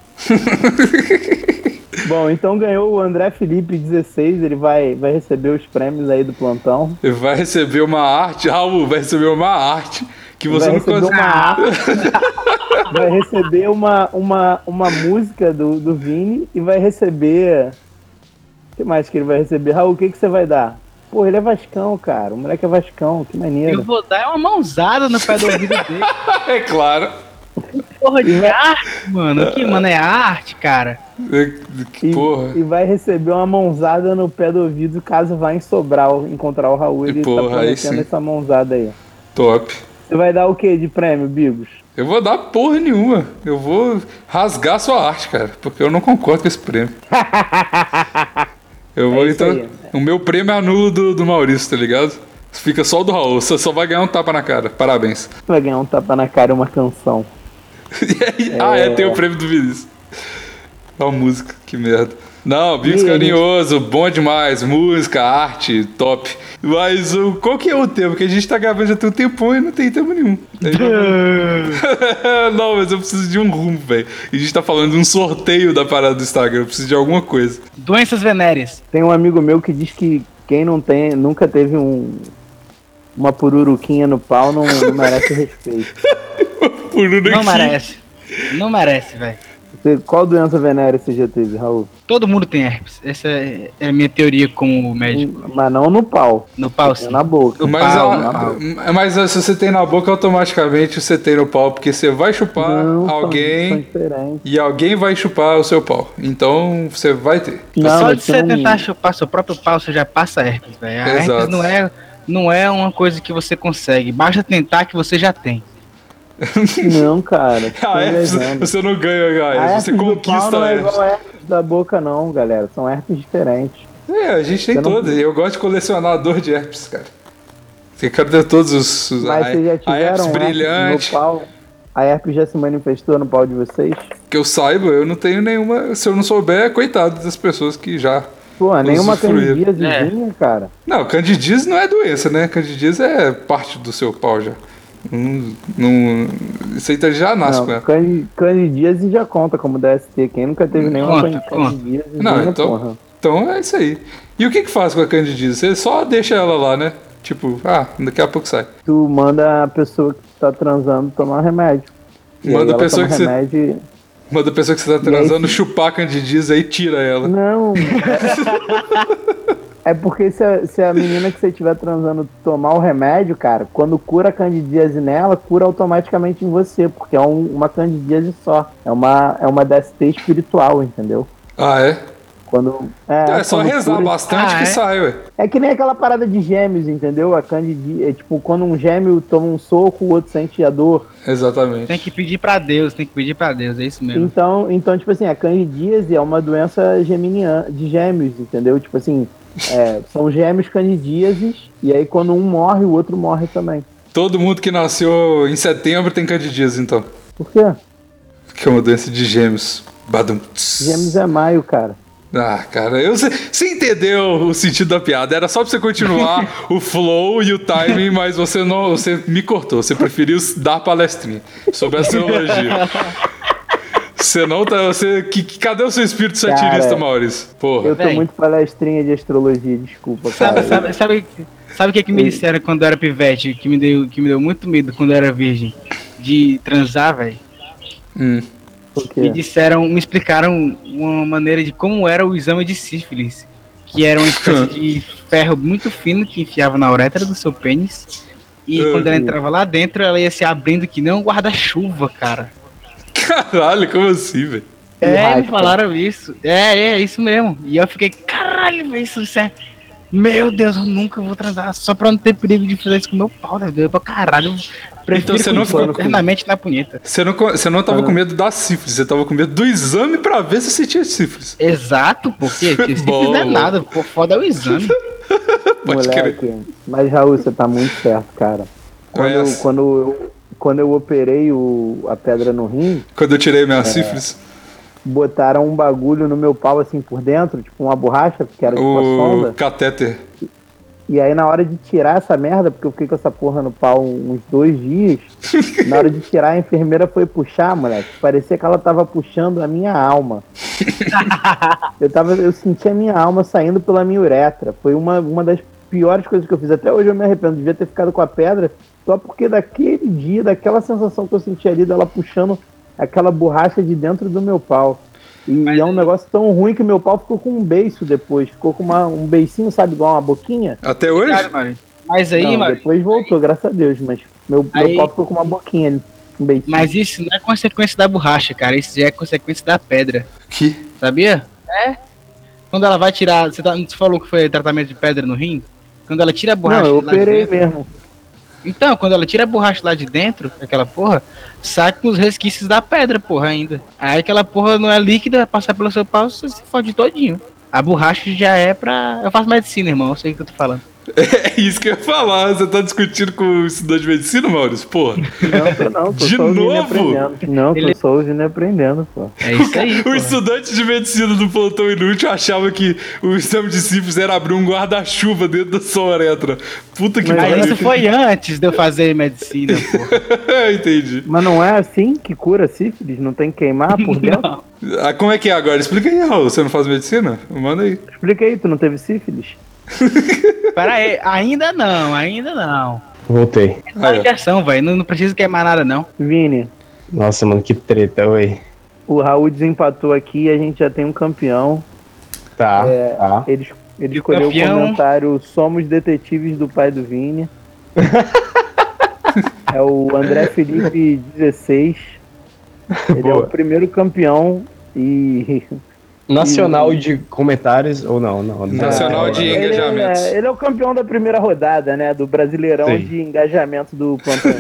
Speaker 5: Bom, então ganhou o André Felipe 16, ele vai, vai receber os prêmios aí do plantão.
Speaker 6: Vai receber uma arte, Raul, vai receber uma arte que você
Speaker 5: vai
Speaker 6: não
Speaker 5: receber
Speaker 6: consegue.
Speaker 5: uma arte, vai receber uma, uma, uma música do, do Vini e vai receber. O que mais que ele vai receber? Raul, o que, que você vai dar? Pô, ele é Vascão, cara. O moleque é Vascão, que
Speaker 7: Eu
Speaker 5: maneiro.
Speaker 7: vou dar uma mãozada no pé do ouvido dele.
Speaker 6: É claro.
Speaker 7: Porra de arte, mano. Que, mano, é arte, cara.
Speaker 6: É, Que
Speaker 5: E,
Speaker 6: porra.
Speaker 5: e vai receber uma mãozada no pé do ouvido caso vá em Sobral encontrar o Raul. Ele
Speaker 6: Porra, aí
Speaker 5: tá prometendo
Speaker 6: sim.
Speaker 5: essa mãozada aí.
Speaker 6: Top.
Speaker 5: Você vai dar o que de prêmio, Bigos?
Speaker 6: Eu vou dar porra nenhuma. Eu vou rasgar sua arte, cara. Porque eu não concordo com esse prêmio. Eu vou,
Speaker 5: É isso
Speaker 6: então.
Speaker 5: aí.
Speaker 6: O meu prêmio é nulo do, do Maurício, tá ligado? Fica só o do Raul. Você só vai ganhar um tapa na cara. Parabéns.
Speaker 5: Você vai ganhar um tapa na cara e uma canção.
Speaker 6: E aí- Ah, é, tem o prêmio do Vinícius. Ó, música, que merda. Não, Bigos
Speaker 5: Ih,
Speaker 6: carinhoso, bom demais. Música, arte, top. Mas o, qual que é o tempo? Porque a gente tá gravando já tem um tempão e não tem tempo nenhum. Aí eu- não, mas eu preciso de um rumo, velho. E a gente tá falando de um sorteio da parada do Instagram. Eu preciso de alguma coisa.
Speaker 7: Doenças venéreas.
Speaker 5: Tem um amigo meu que diz que quem não tem, nunca teve um uma pururuquinha no pau não merece respeito.
Speaker 6: Por um
Speaker 7: Não
Speaker 6: aqui.
Speaker 7: merece. Não merece, velho.
Speaker 5: Você- qual doença venérea você já teve, Raul?
Speaker 7: Todo mundo tem herpes. Essa é é a minha teoria como médico.
Speaker 5: Mas não no pau,
Speaker 7: No pau,
Speaker 5: é
Speaker 7: sim.
Speaker 5: na boca.
Speaker 7: No
Speaker 6: Mas,
Speaker 7: pau,
Speaker 6: ela-
Speaker 7: no pau.
Speaker 6: mas se você tem na boca, automaticamente você tem no pau. Porque você vai chupar
Speaker 5: Não, tá são- são
Speaker 6: alguém
Speaker 5: diferentes.
Speaker 6: e alguém vai chupar o seu pau. Então você vai ter.
Speaker 5: Não,
Speaker 7: Só
Speaker 5: mas
Speaker 7: de você
Speaker 5: tem um-
Speaker 7: tentar chupar seu próprio pau, você já passa herpes, velho. A herpes
Speaker 6: Exato.
Speaker 7: não é, não é uma coisa que você consegue. Basta tentar que você já tem.
Speaker 5: Não, cara. tô
Speaker 6: A herpes,
Speaker 5: viajando.
Speaker 6: você não ganha a
Speaker 5: A
Speaker 6: herpes,
Speaker 5: herpes
Speaker 6: Ah, é? você
Speaker 5: do pau
Speaker 6: conquista
Speaker 5: não
Speaker 6: a
Speaker 5: é
Speaker 6: herpes.
Speaker 5: igual a herpes da boca, não, galera. São herpes diferentes.
Speaker 6: É, a gente tem
Speaker 5: Você não-
Speaker 6: todas. Eu gosto de colecionar dor de herpes, cara. Você quer ter todos os. os
Speaker 5: Mas
Speaker 6: a,
Speaker 5: vocês
Speaker 6: a
Speaker 5: já
Speaker 6: herpes
Speaker 5: tiveram um herpes
Speaker 6: brilhante.
Speaker 5: no pau? A herpes já se manifestou no pau de vocês?
Speaker 6: Que eu saiba, eu não tenho nenhuma. Se eu não souber, é coitado das pessoas que já.
Speaker 5: Pô, nenhuma
Speaker 6: Usufruir.
Speaker 5: candidiasezinha, cara.
Speaker 6: Não, candidíase não é doença, né? Candidíase é parte do seu pau já. Não. não isso aí tá- já nasce
Speaker 5: Não,
Speaker 6: com ela.
Speaker 5: candi- candidíase já conta como DST. Quem nunca teve nenhuma
Speaker 7: Conta,
Speaker 5: can-
Speaker 7: conta.
Speaker 5: candidiasezinha,
Speaker 6: Hum, Não, então,
Speaker 5: porra.
Speaker 6: então é isso aí. E o que que faz com a candidíase? Você só deixa ela lá, né? Tipo, ah, daqui a pouco sai.
Speaker 5: Tu manda a pessoa que tá transando tomar remédio. E
Speaker 6: Manda a
Speaker 5: aí ela
Speaker 6: pessoa
Speaker 5: toma
Speaker 6: que você-
Speaker 5: remédio... e-
Speaker 6: Manda a pessoa que você tá transando chupar a candidíase aí e tira ela.
Speaker 5: Não. É porque se a, se a menina que você estiver transando tomar o remédio, cara, quando cura a candidíase nela, cura automaticamente em você, porque é um- uma candidíase só. É uma, é uma DST espiritual, entendeu?
Speaker 6: Ah, é?
Speaker 5: Quando,
Speaker 6: Então é só
Speaker 5: quando
Speaker 6: rezar
Speaker 5: cura-
Speaker 6: bastante
Speaker 7: Ah,
Speaker 6: que
Speaker 7: é?
Speaker 6: sai, ué.
Speaker 5: É que nem aquela parada de gêmeos, entendeu? A candidíase, é tipo, quando um gêmeo toma um soco, o outro sente a dor.
Speaker 6: Exatamente.
Speaker 7: Tem que pedir pra Deus, tem que pedir pra Deus, é isso mesmo.
Speaker 5: Então, então, tipo assim, a candidíase é uma doença geminiana, de gêmeos, entendeu? Tipo assim, é, são gêmeos candidíases, e aí quando um morre, o outro morre também.
Speaker 6: Todo mundo que nasceu em setembro tem candidíase, então.
Speaker 5: Por quê?
Speaker 6: Que é uma doença de gêmeos. Badum. tss.
Speaker 5: Gêmeos é maio, cara.
Speaker 6: Ah, cara, eu, você você entendeu o sentido da piada. Era só pra você continuar o flow e o timing, mas você não. Você me cortou. Você preferiu dar palestrinha sobre astrologia. Você não tá. Você, que, que- cadê o seu espírito satirista,
Speaker 5: Cara,
Speaker 6: Maurício? Porra.
Speaker 5: Eu tô
Speaker 7: Bem.
Speaker 5: muito palestrinha de astrologia, desculpa, cara.
Speaker 7: Sabe, sabe, sabe, sabe o que, que me disseram quando eu era pivete, que me deu, que me deu muito medo quando eu era virgem, de transar, velho?
Speaker 6: Hum.
Speaker 5: Por
Speaker 7: Me
Speaker 5: quê?
Speaker 7: disseram, me explicaram uma maneira de como era o exame de sífilis, que era uma espécie de ferro muito fino que enfiava na uretra do seu pênis. E
Speaker 6: Ah,
Speaker 7: quando ela entrava lá dentro, ela ia se abrindo que nem um guarda-chuva, cara.
Speaker 6: Caralho, como assim, velho?
Speaker 7: É, me
Speaker 5: raspa.
Speaker 7: falaram isso. É, é, isso mesmo. E eu fiquei, caralho, velho, isso, isso é. Meu Deus, eu nunca vou transar. Só pra não ter perigo de fazer isso com meu pau, né? Deu pra caralho. Eu Prefiro
Speaker 6: Então você não
Speaker 7: continuar
Speaker 6: ficou com-
Speaker 7: eternamente na punheta.
Speaker 6: Você não, co- você não
Speaker 5: Ah,
Speaker 6: tava com medo da sífilis, você tava com medo do exame pra ver se você tinha sífilis.
Speaker 7: Exato, porque se
Speaker 6: Bom.
Speaker 7: fizer nada, pô, foda é o exame.
Speaker 6: Pode crer.
Speaker 5: Moleque. Mas, Raul, você tá muito certo, cara. Quando, eu-
Speaker 6: Conhece.
Speaker 5: quando, eu, quando eu operei o, a pedra no rim,
Speaker 6: Quando eu tirei
Speaker 5: É,
Speaker 6: minha sífilis,
Speaker 5: botaram um bagulho no meu pau, assim, por dentro, tipo uma borracha, que era tipo uma
Speaker 6: o
Speaker 5: sonda.
Speaker 6: catéter.
Speaker 5: E aí na hora de tirar essa merda, porque eu fiquei com essa porra no pau uns dois dias, na hora de tirar a enfermeira foi puxar, moleque. Parecia que ela tava puxando a minha alma. eu tava, eu senti a minha alma saindo pela minha uretra. Foi uma, uma das piores coisas que eu fiz. Até hoje eu me arrependo, devia ter ficado com a pedra, só porque daquele dia, daquela sensação que eu senti ali dela puxando aquela borracha de dentro do meu pau. E é um negócio tão ruim que meu pau ficou com um beiço depois. Ficou com uma, um beicinho, sabe, igual uma boquinha?
Speaker 6: Até hoje?
Speaker 7: Cara, Mari. Mas aí,
Speaker 5: Não,
Speaker 7: Mari,
Speaker 5: depois voltou, graças a Deus, mas meu,
Speaker 7: Aí-
Speaker 5: meu pau ficou com uma boquinha ali. Um beicinho.
Speaker 7: mas isso não é consequência da borracha, cara. Isso já é consequência da pedra.
Speaker 6: Que?
Speaker 7: Sabia? É. Quando ela vai tirar. Você, tá- você falou que foi tratamento de pedra no rim? Quando ela tira a borracha.
Speaker 5: Não, eu
Speaker 7: lá
Speaker 5: operei
Speaker 7: dentro-
Speaker 5: mesmo.
Speaker 7: Então, quando ela tira a borracha lá de dentro, aquela porra, sai com os resquícios da pedra, porra, ainda. Aí aquela porra não é líquida, passar pelo seu pau, você se fode todinho. A borracha já é pra. Eu faço medicina, irmão, eu sei o que eu tô falando.
Speaker 6: É isso que eu ia falar. Você tá discutindo com o estudante de medicina, Maurício? Porra.
Speaker 5: Não, tô não, tô
Speaker 6: De
Speaker 5: só ouvindo e
Speaker 6: novo?
Speaker 5: aprendendo. Não, tô
Speaker 7: Ele-
Speaker 5: só ouvindo e aprendendo, pô.
Speaker 7: É isso aí.
Speaker 6: O
Speaker 7: porra.
Speaker 6: estudante de medicina do plantão inútil achava que o exame de sífilis era abrir um guarda-chuva dentro da sua uretra. Puta que
Speaker 7: Mas isso foi
Speaker 6: pariu.
Speaker 7: antes de eu fazer medicina, porra.
Speaker 6: Entendi.
Speaker 5: Mas não é assim que cura sífilis? Não tem que queimar por dentro?
Speaker 6: Ah, como é que é agora? Explica aí, Raul. Você não faz medicina? Manda aí.
Speaker 5: Explica aí, tu não teve sífilis?
Speaker 7: Pera aí, ainda não, ainda não.
Speaker 3: Voltei.
Speaker 7: É só
Speaker 6: Aí, ó.
Speaker 7: injeção, velho. Não, não precisa queimar nada, não.
Speaker 5: Vini,
Speaker 3: Nossa, mano, que treta, ué.
Speaker 5: o Raul desempatou aqui e a gente já tem um campeão.
Speaker 3: Tá,
Speaker 5: É.
Speaker 3: tá.
Speaker 5: Ele, es- ele
Speaker 7: E o
Speaker 5: escolheu
Speaker 7: campeão?
Speaker 5: o comentário Somos Detetives do Pai do Vini. é o André Felipe 16. Ele é
Speaker 3: Boa.
Speaker 5: o primeiro campeão e.
Speaker 3: Nacional de comentários ou não, não. não.
Speaker 6: Nacional de
Speaker 5: Ele
Speaker 6: engajamentos.
Speaker 5: é, ele é o campeão da primeira rodada, né? Do Brasileirão
Speaker 3: Sim.
Speaker 5: de engajamento do plantão.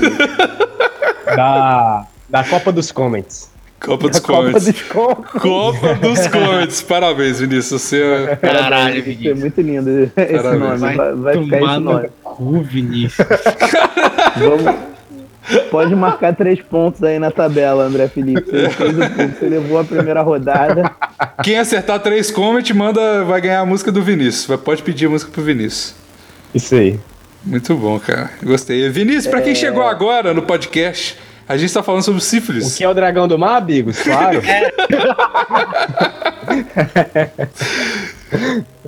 Speaker 3: Da, da Copa dos Comments.
Speaker 6: Copa dos
Speaker 5: Copa
Speaker 6: Comments.
Speaker 5: dos Contos.
Speaker 6: Copa dos Comments. Parabéns, Vinícius. Você é-
Speaker 7: Caralho,
Speaker 5: Isso é
Speaker 7: Vinícius.
Speaker 5: muito lindo esse
Speaker 6: Parabéns.
Speaker 5: nome.
Speaker 7: Tá, Vai
Speaker 5: Vai, vai ficar
Speaker 7: tomar
Speaker 5: esse
Speaker 7: no
Speaker 5: nome.
Speaker 7: cu, Vinícius.
Speaker 5: Vamos- Pode marcar três pontos aí na tabela, André Felipe. Você, fez o ponto, você levou a primeira rodada.
Speaker 6: Quem acertar três comments, manda, vai ganhar a música do Vinícius. Vai- Pode pedir a música pro Vinícius.
Speaker 3: Isso aí.
Speaker 6: Muito bom, cara. Gostei. Vinícius, pra quem
Speaker 3: É.
Speaker 6: chegou agora no podcast, a gente tá falando sobre sífilis.
Speaker 3: O que é o dragão do mar, amigos? Claro.
Speaker 6: É.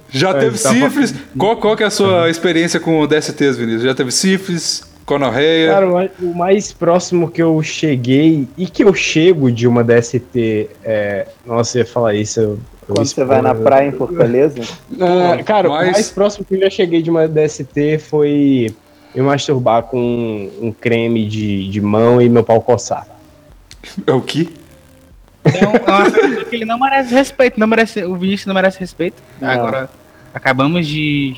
Speaker 6: Já
Speaker 3: É, Uhum.
Speaker 6: teve
Speaker 3: tá
Speaker 6: sífilis? Qual, qual que é a sua experiência com DSTs, Vinícius? Já teve sífilis? Conorreia?
Speaker 3: Cara, o mais- o mais próximo que eu cheguei e que eu chego de uma DST é. Nossa, eu ia falar isso. eu- eu
Speaker 5: Quando você
Speaker 3: expor,
Speaker 5: vai na
Speaker 3: né?
Speaker 5: praia em Fortaleza.
Speaker 3: Ah, cara,
Speaker 6: É, Mas-
Speaker 3: o mais próximo que eu já cheguei de uma DST foi eu masturbar com um, um creme de, de mão e meu pau coçar.
Speaker 6: É o que?
Speaker 7: É um- é uma pessoa que ele não merece respeito. Não merece, o Vinícius não merece respeito.
Speaker 5: Não.
Speaker 7: Agora, acabamos de.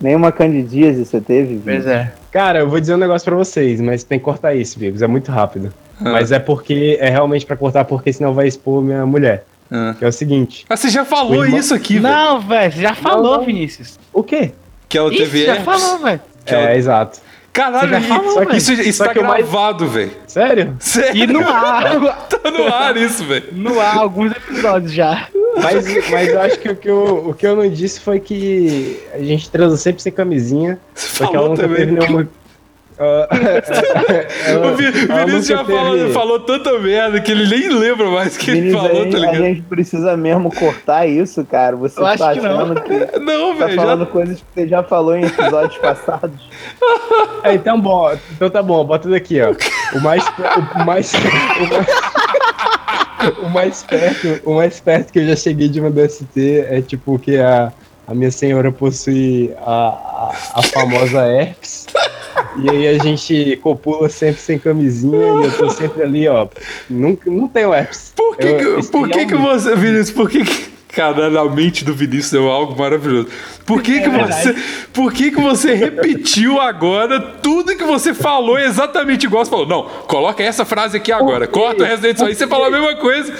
Speaker 5: Nenhuma candidíase você teve,
Speaker 7: Pois
Speaker 5: Vini?
Speaker 7: é.
Speaker 3: Cara, eu vou dizer um negócio pra vocês, mas tem que cortar isso, Bigos, é muito rápido.
Speaker 6: Ah.
Speaker 3: Mas é porque é realmente pra cortar, porque senão vai expor minha mulher.
Speaker 6: Ah.
Speaker 3: Que é o seguinte:
Speaker 6: Ah, você já falou
Speaker 3: O irmão-
Speaker 6: isso aqui, velho.
Speaker 7: Não, velho, você já falou,
Speaker 3: não.
Speaker 7: Vinícius.
Speaker 3: o quê?
Speaker 6: Que ela
Speaker 7: Isso,
Speaker 6: teve
Speaker 7: já
Speaker 6: herpes.
Speaker 7: falou, velho.
Speaker 6: Que ela-
Speaker 3: É, exato.
Speaker 6: Caralho,
Speaker 7: Você já
Speaker 6: e-
Speaker 7: falou,
Speaker 6: só que
Speaker 7: velho.
Speaker 6: isso, isso
Speaker 3: Só
Speaker 6: tá
Speaker 3: que o mais-
Speaker 6: gravado, velho.
Speaker 3: Sério?
Speaker 7: E
Speaker 6: Sério,
Speaker 7: no ar,
Speaker 6: tá no ar isso, velho.
Speaker 7: no ar, alguns episódios já.
Speaker 3: Mas, mas eu acho que o que eu, o que eu não disse foi que a gente transa sempre sem camisinha.
Speaker 6: Você
Speaker 3: Só que ela
Speaker 6: falou
Speaker 3: nunca
Speaker 6: também.
Speaker 3: teve nenhuma. Ah, ela-
Speaker 6: O Vi-
Speaker 3: É, ela
Speaker 6: Vinícius já
Speaker 3: nunca
Speaker 6: falou,
Speaker 3: teve-
Speaker 6: falou tanta merda que ele nem lembra mais o que ele
Speaker 5: Vinícius, a,
Speaker 6: falou,
Speaker 5: gente,
Speaker 6: tá
Speaker 5: a
Speaker 6: ligado?
Speaker 5: gente precisa mesmo cortar isso, cara. Você
Speaker 7: Eu acho
Speaker 5: tá
Speaker 7: que não.
Speaker 5: achando que,
Speaker 6: Não,
Speaker 5: tá
Speaker 6: velho, já
Speaker 5: falando coisas que você já falou em episódios passados.
Speaker 3: É, então, bom, então tá bom, bota daqui, ó. O mais, o mais, o mais, o mais perto, o mais perto que eu já cheguei de uma DST é tipo que a, a minha senhora possui a, a, a famosa herpes. E aí a gente copula sempre sem camisinha e eu tô sempre ali, ó. Nunca, não tenho herpes.
Speaker 6: Por que,
Speaker 3: Eu-
Speaker 6: que,
Speaker 3: esse
Speaker 6: por que,
Speaker 3: é um
Speaker 6: que
Speaker 3: mito.
Speaker 6: você, Vinícius, por que que. Caralho, a mente do Vinícius é algo maravilhoso. Por que, que você. Por que, que você repetiu agora tudo que você falou exatamente igual? Você falou, não, coloca essa frase aqui agora, corta o resto da edição aí, você fala a mesma coisa.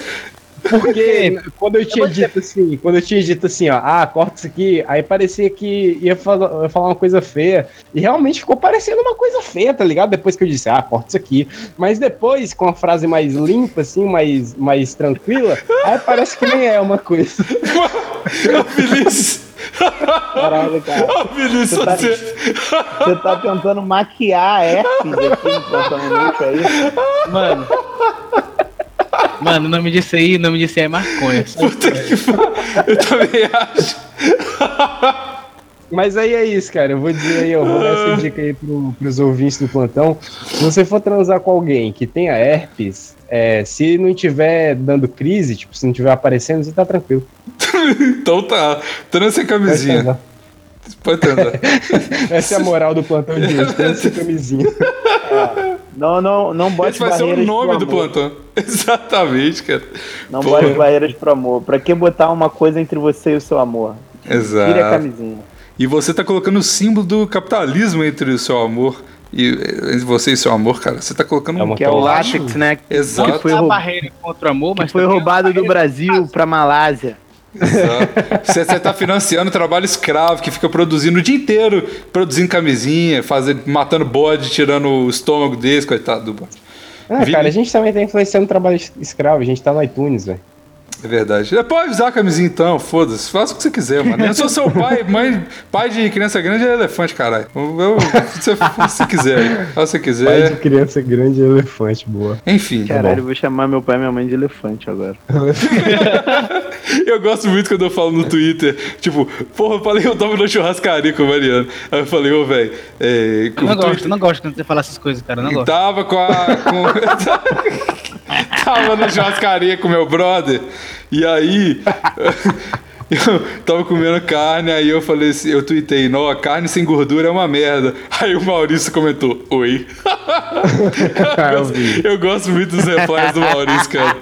Speaker 3: Porque quando eu tinha dito assim, quando eu tinha dito assim, ó, ah, corta isso aqui, aí parecia que ia fala- ia falar uma coisa feia. E realmente ficou parecendo uma coisa feia, tá ligado? Depois que eu disse, ah, corta isso aqui. Mas depois, com a frase mais limpa, assim, mais, mais tranquila, aí parece que nem é uma coisa.
Speaker 6: Ô, Vinícius,
Speaker 5: Caralho, cara.
Speaker 6: ô, Vinícius,
Speaker 5: Tá-
Speaker 6: você.
Speaker 5: Você tá tentando maquiar a herpes aqui no plantão inútil, é isso?
Speaker 7: Mano. Mano, o nome disso aí, o nome disso aí é maconha.
Speaker 6: tá Puta que pariu. Eu também acho.
Speaker 3: Mas aí é isso, cara. Eu vou dizer aí, eu vou dar essa dica aí pro, pros ouvintes do plantão. Se você for transar com alguém que tenha herpes, é, se não tiver dando crise, tipo, se não tiver aparecendo, você tá tranquilo.
Speaker 6: Então tá. Trança a
Speaker 3: Pode
Speaker 6: camisinha.
Speaker 3: transar.
Speaker 6: Pode transar.
Speaker 3: Essa é a moral do plantão de hoje. Transa essa camisinha.
Speaker 5: Não, não, não bote
Speaker 6: Esse vai ser
Speaker 5: barreiras
Speaker 6: o nome
Speaker 5: pro
Speaker 6: do
Speaker 5: amor.
Speaker 6: plantão. Exatamente, cara.
Speaker 5: Não
Speaker 6: Pô.
Speaker 5: bote barreiras pro amor. Pra que botar uma coisa entre você e o seu amor? Tire a
Speaker 6: Exato.
Speaker 5: camisinha.
Speaker 6: E você tá colocando o símbolo do capitalismo entre o seu amor e eh, entre você e seu amor, cara. Você tá colocando
Speaker 3: É
Speaker 6: um.
Speaker 3: uma
Speaker 5: Que é o
Speaker 3: coisa.
Speaker 5: látex, né? Que
Speaker 6: Exato.
Speaker 5: foi,
Speaker 7: a
Speaker 5: roub-
Speaker 7: barreira contra o amor, mas
Speaker 5: foi
Speaker 7: também-
Speaker 5: roubado do Brasil pra Malásia.
Speaker 6: Exato. Você, você tá financiando trabalho escravo que fica produzindo o dia inteiro, produzindo camisinha, fazendo, matando bode, tirando o estômago desse, coitado do bode.
Speaker 3: Ah,
Speaker 6: Vi-
Speaker 3: cara, a gente também tá influenciando o trabalho es- escravo. A gente tá no iTunes, velho.
Speaker 6: É verdade. É, pode usar a camisinha então, foda-se. Faça o que você quiser, mano. Eu sou seu pai, mãe, pai de criança grande é elefante, caralho. Eu- eu- Você faz o que você quiser, aí. faz o que você
Speaker 3: Pai de
Speaker 6: quiser.
Speaker 3: criança grande e elefante, boa.
Speaker 6: Enfim.
Speaker 7: tá
Speaker 5: Caralho, eu vou chamar meu pai e minha mãe de elefante agora.
Speaker 6: Eu gosto muito quando eu falo no Twitter, tipo, porra, eu falei, eu tava na churrascaria com o Mariano. Aí eu falei, ô, velho, é, com
Speaker 7: Eu não
Speaker 6: o Twitter-
Speaker 7: gosto, não gosto quando você fala essas coisas, cara. eu Não
Speaker 6: E
Speaker 7: gosto.
Speaker 6: Tava com a. com- tava na churrascaria com meu brother. E aí. Eu tava comendo carne, aí eu falei assim, eu tuitei, não, a carne sem gordura é uma merda. Aí o Maurício comentou, oi.
Speaker 7: Ah,
Speaker 3: É,
Speaker 6: eu, gosto, eu gosto muito dos replies do Maurício, cara.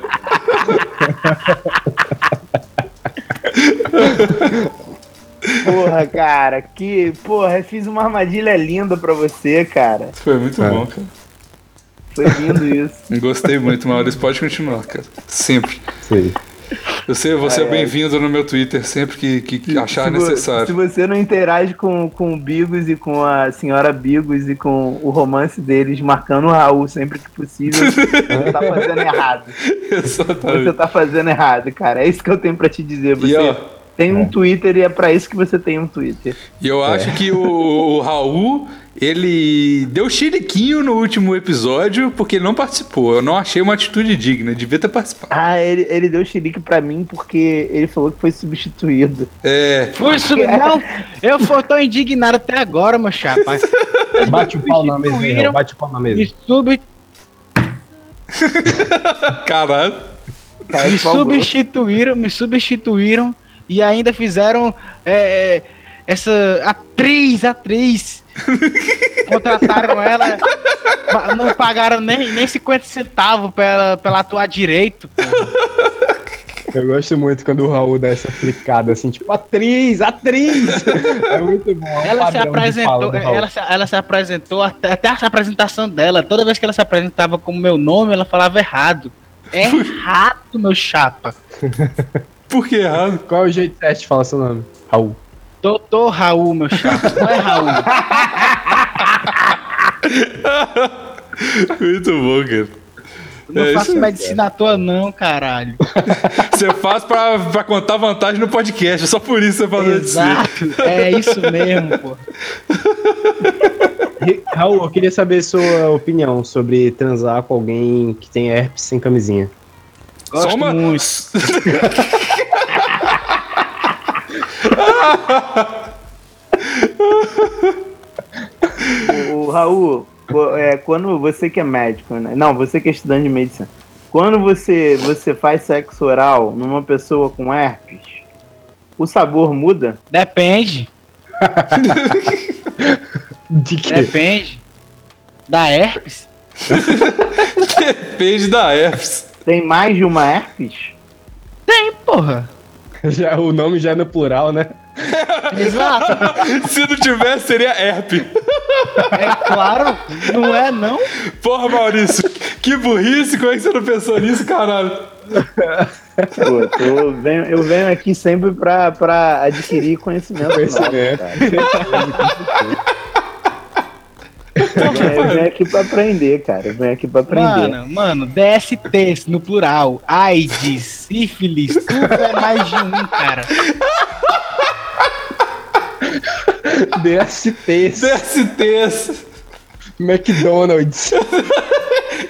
Speaker 5: Porra, cara, que. Porra, eu fiz uma armadilha linda pra você, cara.
Speaker 6: Foi muito
Speaker 7: É.
Speaker 6: bom, cara.
Speaker 5: Foi lindo isso.
Speaker 6: Gostei muito, Maurício. Pode continuar, cara. Sempre.
Speaker 3: Isso aí.
Speaker 6: Eu sei, você é bem-vindo no meu Twitter sempre que, que- que achar
Speaker 5: se vo- Se
Speaker 6: necessário.
Speaker 5: você não interage com, com o Bigos e com a senhora Bigos e com o romance deles, marcando o Raul sempre que possível, você tá fazendo errado. Você
Speaker 6: Exatamente.
Speaker 5: tá fazendo errado, cara. É isso que eu tenho pra te dizer. Você
Speaker 6: E ó,
Speaker 5: tem um Twitter e é pra isso que você tem um Twitter.
Speaker 6: E eu acho que o, o Raul, ele deu chiliquinho no último episódio porque ele não participou. Eu não achei uma atitude digna, devia ter participado.
Speaker 5: Ah, ele, ele deu xerique pra mim porque ele falou que foi substituído.
Speaker 6: É,
Speaker 7: Por isso, não, eu for- tô indignado até agora, meu chapa.
Speaker 3: Bate o pau na mesa, aí, Raul, bate o pau na
Speaker 7: Me,
Speaker 3: mesa.
Speaker 7: sub,
Speaker 6: caralho. É
Speaker 5: é
Speaker 7: me substituíram, me substituíram e ainda fizeram é, é, essa atriz, atriz. Contrataram ela, pa- não pagaram nem, nem 50 centavos pra ela, pra ela atuar direito. pô.
Speaker 3: Eu gosto muito quando o Raul dá essa flicada assim, tipo, atriz, atriz! É muito bom. é um padrão de
Speaker 7: Ela se
Speaker 3: fala
Speaker 7: apresentou,
Speaker 3: do
Speaker 7: é,
Speaker 3: Raul.
Speaker 7: ela se, ela se apresentou até, até a apresentação dela. Toda vez que ela se apresentava como meu nome, ela falava errado. Errado, meu chapa.
Speaker 6: Por que errado?
Speaker 3: Qual é o jeito certo de falar seu nome? Raul.
Speaker 7: Doutor Raul, meu chapa. Não é Raul.
Speaker 6: Muito bom, cara.
Speaker 7: Não
Speaker 6: É
Speaker 7: faço
Speaker 6: isso.
Speaker 7: medicina à toa, não, caralho.
Speaker 6: Você faz pra, pra contar vantagem no podcast, é só por isso você falou disso.
Speaker 7: Exato. É isso mesmo, pô.
Speaker 3: Ri- Raul, eu queria saber sua opinião sobre transar com alguém que tem herpes sem camisinha.
Speaker 6: Só
Speaker 7: Gosto
Speaker 6: uma.
Speaker 7: muito.
Speaker 5: O, o Raul, o- é, quando você que é médico, né? Não, você que é estudante de medicina. Quando você, você faz sexo oral numa pessoa com herpes, o sabor muda?
Speaker 7: Depende.
Speaker 3: De quê?
Speaker 7: Depende. Da herpes?
Speaker 6: Depende da herpes.
Speaker 5: Tem mais de uma herpes?
Speaker 7: Tem, porra.
Speaker 3: Já, o nome já é no plural, né?
Speaker 7: Exato.
Speaker 6: Se não tivesse, seria herpes.
Speaker 7: É claro. Não é, não.
Speaker 6: Porra, Maurício, que burrice, como é que você não pensou nisso, caralho?
Speaker 5: Pô, eu tô- eu, venho, eu venho aqui sempre pra, pra adquirir conhecimento.
Speaker 3: Conhecimento.
Speaker 5: Novo, cara. Eu venho aqui pra aprender, cara. Eu venho aqui pra aprender.
Speaker 7: Mano, mano, DST no plural. AIDS, sífilis, tudo é mais de um, cara.
Speaker 3: DST,
Speaker 6: DSTs.
Speaker 3: McDonald's.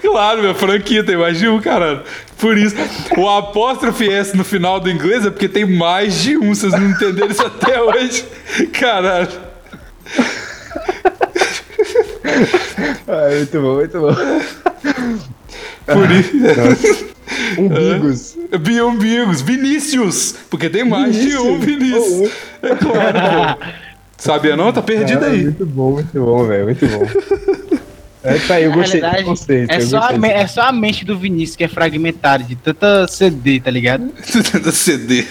Speaker 6: Claro, meu, franquia tem mais de um, caralho. Por isso, o apóstrofe S no final do inglês é porque tem mais de um. Vocês não entenderam isso até hoje. Caralho.
Speaker 3: Ah, muito bom, muito bom.
Speaker 6: Por isso.
Speaker 3: Um Umbigos.
Speaker 6: Biumbigos. Vinícius. Porque tem mais de um
Speaker 3: Vinícius.
Speaker 6: Vinícius. É claro. pô. Sabia não? Tá perdido
Speaker 3: Cara,
Speaker 6: aí.
Speaker 3: Muito bom, muito bom, velho. Muito bom. É, tá aí, eu
Speaker 7: Na
Speaker 3: gostei do
Speaker 7: realidade,
Speaker 3: conceito.
Speaker 7: É
Speaker 3: eu
Speaker 7: só, a,
Speaker 3: gostei.
Speaker 7: me- é só a mente do Vinícius que é fragmentada de tanta CD, tá ligado?
Speaker 6: Do CD.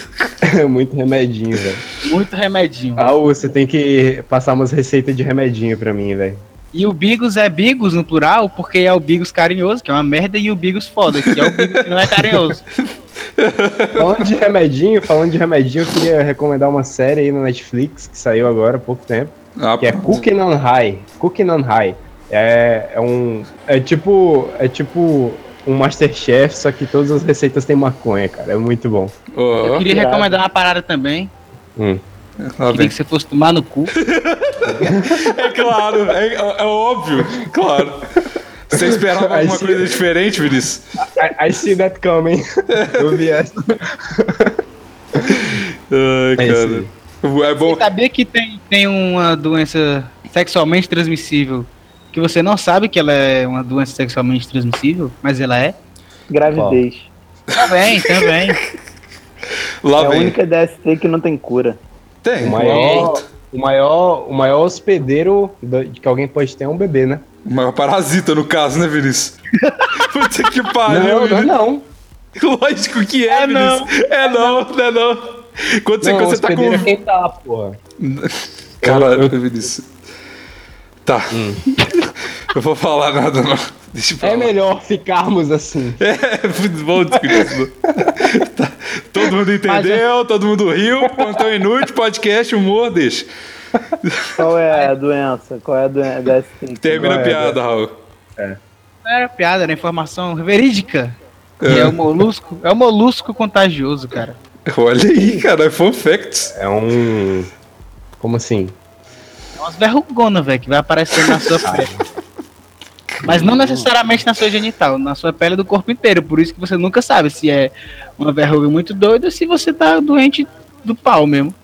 Speaker 3: É muito remedinho, velho.
Speaker 7: Muito remedinho.
Speaker 3: Ah, ô, você tem que passar umas receitas de remedinho pra mim, velho.
Speaker 7: E o Bigos é Bigos no plural, porque é o Bigos carinhoso, que é uma merda, e o Bigos foda, que é o Bigos que não é carinhoso.
Speaker 3: Falando de remedinho, falando de remedinho, eu queria recomendar uma série aí na Netflix que saiu agora há pouco tempo.
Speaker 6: Ah,
Speaker 3: que é Cooking on High. Cooking on High. É, é um. É tipo. É tipo um Masterchef, só que todas as receitas têm maconha, cara. É muito bom.
Speaker 6: ó,
Speaker 7: Eu queria
Speaker 3: irado.
Speaker 7: recomendar uma parada também,
Speaker 6: lá
Speaker 7: queria
Speaker 6: vem.
Speaker 7: que você fosse tomar no cu.
Speaker 6: É claro, é, é óbvio, claro. Você esperava alguma
Speaker 3: Achei-
Speaker 6: coisa diferente, Vinícius?
Speaker 3: I, I see that coming. Eu vi essa.
Speaker 6: Ai,
Speaker 3: É isso
Speaker 6: cara. É bom.
Speaker 7: Você sabia que tem, tem uma doença sexualmente transmissível que você não sabe que ela é uma doença sexualmente transmissível, mas ela é?
Speaker 5: Gravidez.
Speaker 7: Também, também.
Speaker 6: Lá
Speaker 5: é a
Speaker 6: vem.
Speaker 5: única DST que não tem cura.
Speaker 6: Tem.
Speaker 3: O maior, o maior, o maior hospedeiro do- que alguém pode ter é um bebê, né?
Speaker 6: O maior parasita, no caso, né, Vinícius? Puta que pariu,
Speaker 3: Não, não, é
Speaker 6: Vinícius.
Speaker 3: não.
Speaker 6: Lógico que é, Vinícius. É não, não é não. Quando você,
Speaker 3: Não,
Speaker 6: quando você tá
Speaker 3: hospedeiro é
Speaker 6: com.
Speaker 3: quem tá, porra.
Speaker 6: Cara, Vinícius. Tá. Eu vou falar nada, não. Deixa eu
Speaker 3: É
Speaker 6: falar.
Speaker 3: melhor ficarmos assim.
Speaker 6: É, muito bom discutir isso. Tá. Todo
Speaker 3: é-
Speaker 6: mundo entendeu, todo mundo riu. Plantão inútil, podcast, humor, deixa.
Speaker 5: Qual é a doença? Qual é a doença DST?
Speaker 6: Termina a
Speaker 3: Vai,
Speaker 6: piada, Raul.
Speaker 7: Não era piada, era informação verídica. E é o molusco, é o molusco contagioso, cara.
Speaker 6: É, Olha aí, cara, fun facts.
Speaker 3: É um. Como assim?
Speaker 7: É umas verrugonas, velho, que vai aparecendo na sua pele. Mas não necessariamente na sua genital, na sua pele do corpo inteiro. Por isso que você nunca sabe se é uma verruga muito doida ou se você tá doente do pau mesmo.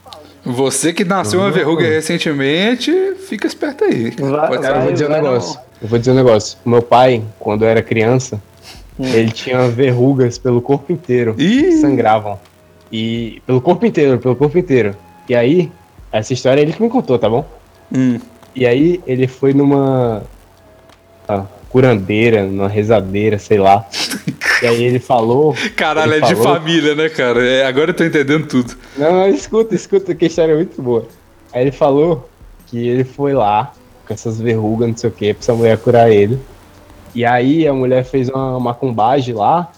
Speaker 6: Você que nasceu uma verruga recentemente, fica esperto aí.
Speaker 5: Vai-
Speaker 6: Pode ser.
Speaker 3: Cara, eu vou
Speaker 5: vai-
Speaker 3: dizer um
Speaker 5: vai
Speaker 3: negócio. Eu vou dizer um negócio. Meu pai, quando eu era criança, ele tinha verrugas pelo corpo inteiro. que
Speaker 6: Hum. Ih,
Speaker 3: sangravam. E pelo corpo inteiro, pelo corpo inteiro. E aí, essa história é ele que me contou, tá bom?
Speaker 6: Hum.
Speaker 3: E aí ele foi numa ah, curandeira, numa rezadeira, sei lá. e aí ele falou.
Speaker 6: caralho, é
Speaker 3: ele
Speaker 6: de
Speaker 3: falou-
Speaker 6: família, né, cara? É, agora eu tô entendendo tudo.
Speaker 3: Não, não, escuta, escuta, que a história é muito boa. Aí ele falou que ele foi lá com essas verrugas, não sei o que, pra essa mulher curar ele. E aí a mulher fez uma macumbagem lá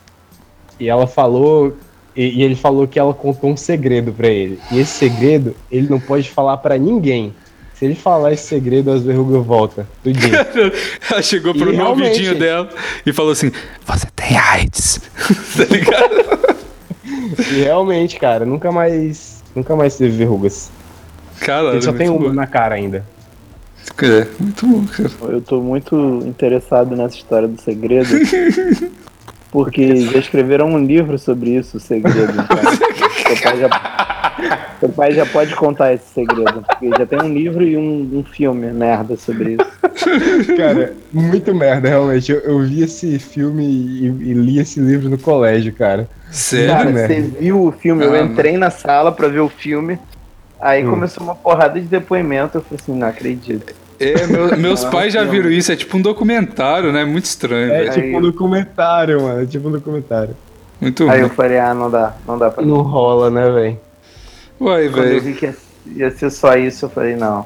Speaker 3: e ela falou. E, e ele falou que ela contou um segredo pra ele. E esse segredo ele não pode falar pra ninguém. Se ele falar esse segredo, as verrugas voltam. Tudinho.
Speaker 6: Ela chegou pro
Speaker 3: E realmente-
Speaker 6: novidinho dela e falou assim: Você tem AIDS. tá ligado?
Speaker 3: e realmente, cara, nunca mais. Nunca mais teve verrugas.
Speaker 6: Cara,
Speaker 3: Ele só tem uma
Speaker 6: bom.
Speaker 3: na cara ainda.
Speaker 6: É, muito bom, cara.
Speaker 5: Eu tô muito interessado nessa história do segredo. Porque já escreveram um livro sobre isso, o segredo. Então. Seu, pai já, seu pai já pode contar esse segredo. Porque já tem um livro e um, um filme merda sobre isso.
Speaker 3: Cara, muito merda, realmente. Eu, eu vi esse filme e, e li esse livro no colégio, cara.
Speaker 6: Sério?
Speaker 5: Cara,
Speaker 3: É, merda.
Speaker 5: você viu o filme? Eu
Speaker 6: Ah,
Speaker 5: entrei na sala pra ver o filme. Aí
Speaker 3: Hum.
Speaker 5: começou uma porrada de depoimento. Eu falei assim: não acredito.
Speaker 6: É, meu- meus pais já
Speaker 5: não.
Speaker 6: viram isso. É tipo um documentário, né? Muito estranho,
Speaker 3: É
Speaker 6: velho.
Speaker 3: tipo um documentário, mano. É tipo um documentário.
Speaker 6: Muito
Speaker 5: Aí eu
Speaker 6: ruim.
Speaker 5: falei: ah, não dá, não dá pra.
Speaker 3: Hum. Não rola, né, velho?
Speaker 6: Uai,
Speaker 5: Quando eu
Speaker 6: velho.
Speaker 5: vi que ia- ia ser só isso, eu falei: não.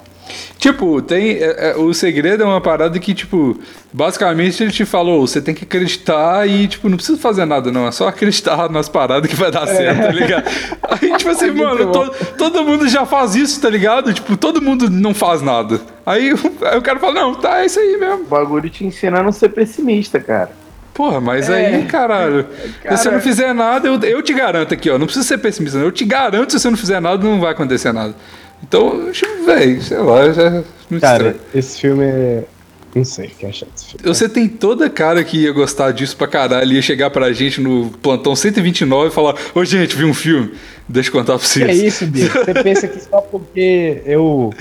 Speaker 6: Tipo, tem. é- é, o segredo é uma parada que, tipo, basicamente ele te falou, você tem que acreditar e, tipo, não precisa fazer nada, não. É só acreditar nas paradas que vai dar certo, tá ligado? Aí, tipo assim, mano, to- todo mundo já faz isso, tá ligado? Tipo, todo mundo não faz nada. Aí, o- aí o cara fala, não, tá, é isso aí mesmo.
Speaker 5: O bagulho te ensina a não ser pessimista, cara.
Speaker 6: Porra, mas
Speaker 7: É.
Speaker 6: aí, caralho, se você não fizer nada, eu, eu te garanto aqui, ó. Não precisa ser pessimista, não. Eu te garanto, se você não fizer nada, não vai acontecer nada. Então, velho, sei lá, já. Muito
Speaker 3: Cara,
Speaker 6: estranho.
Speaker 3: esse filme é. Não sei, fiquei achando esse filme.
Speaker 6: Você tem toda cara que ia gostar disso pra caralho, ia chegar pra gente no plantão 129 e falar: Ô gente, vi um filme, deixa eu contar pra
Speaker 3: Que
Speaker 6: vocês.
Speaker 3: é isso, bicho? Você pensa que só porque eu.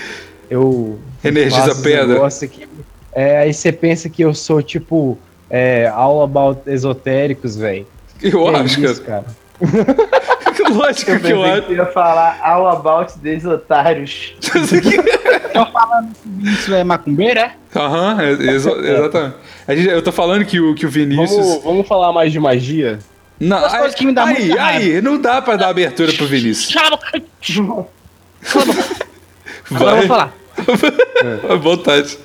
Speaker 3: Eu.
Speaker 6: Energiza
Speaker 3: faço os
Speaker 6: pedra.
Speaker 3: negócios aqui, é, aí você pensa que eu sou, tipo, é, all about esotéricos, velho.
Speaker 6: Eu acho,
Speaker 3: é isso, cara.
Speaker 6: cara. Que lógica
Speaker 5: Eu
Speaker 6: que eu
Speaker 5: pensei
Speaker 6: acho.
Speaker 5: que ia falar all about these otários.
Speaker 7: Isso é macumbeira?
Speaker 6: Aham, é- é exa- exatamente. A gente- eu tô falando que o, que o Vinícius.
Speaker 3: Vamos, vamos falar mais de magia?
Speaker 6: Não,
Speaker 7: Duas coisas que me dá
Speaker 6: aí,
Speaker 7: muita
Speaker 6: aí, não dá pra dar abertura pro Vinícius.
Speaker 7: Cala a boca. Agora eu
Speaker 6: Vai,
Speaker 7: vou falar.
Speaker 6: à vontade.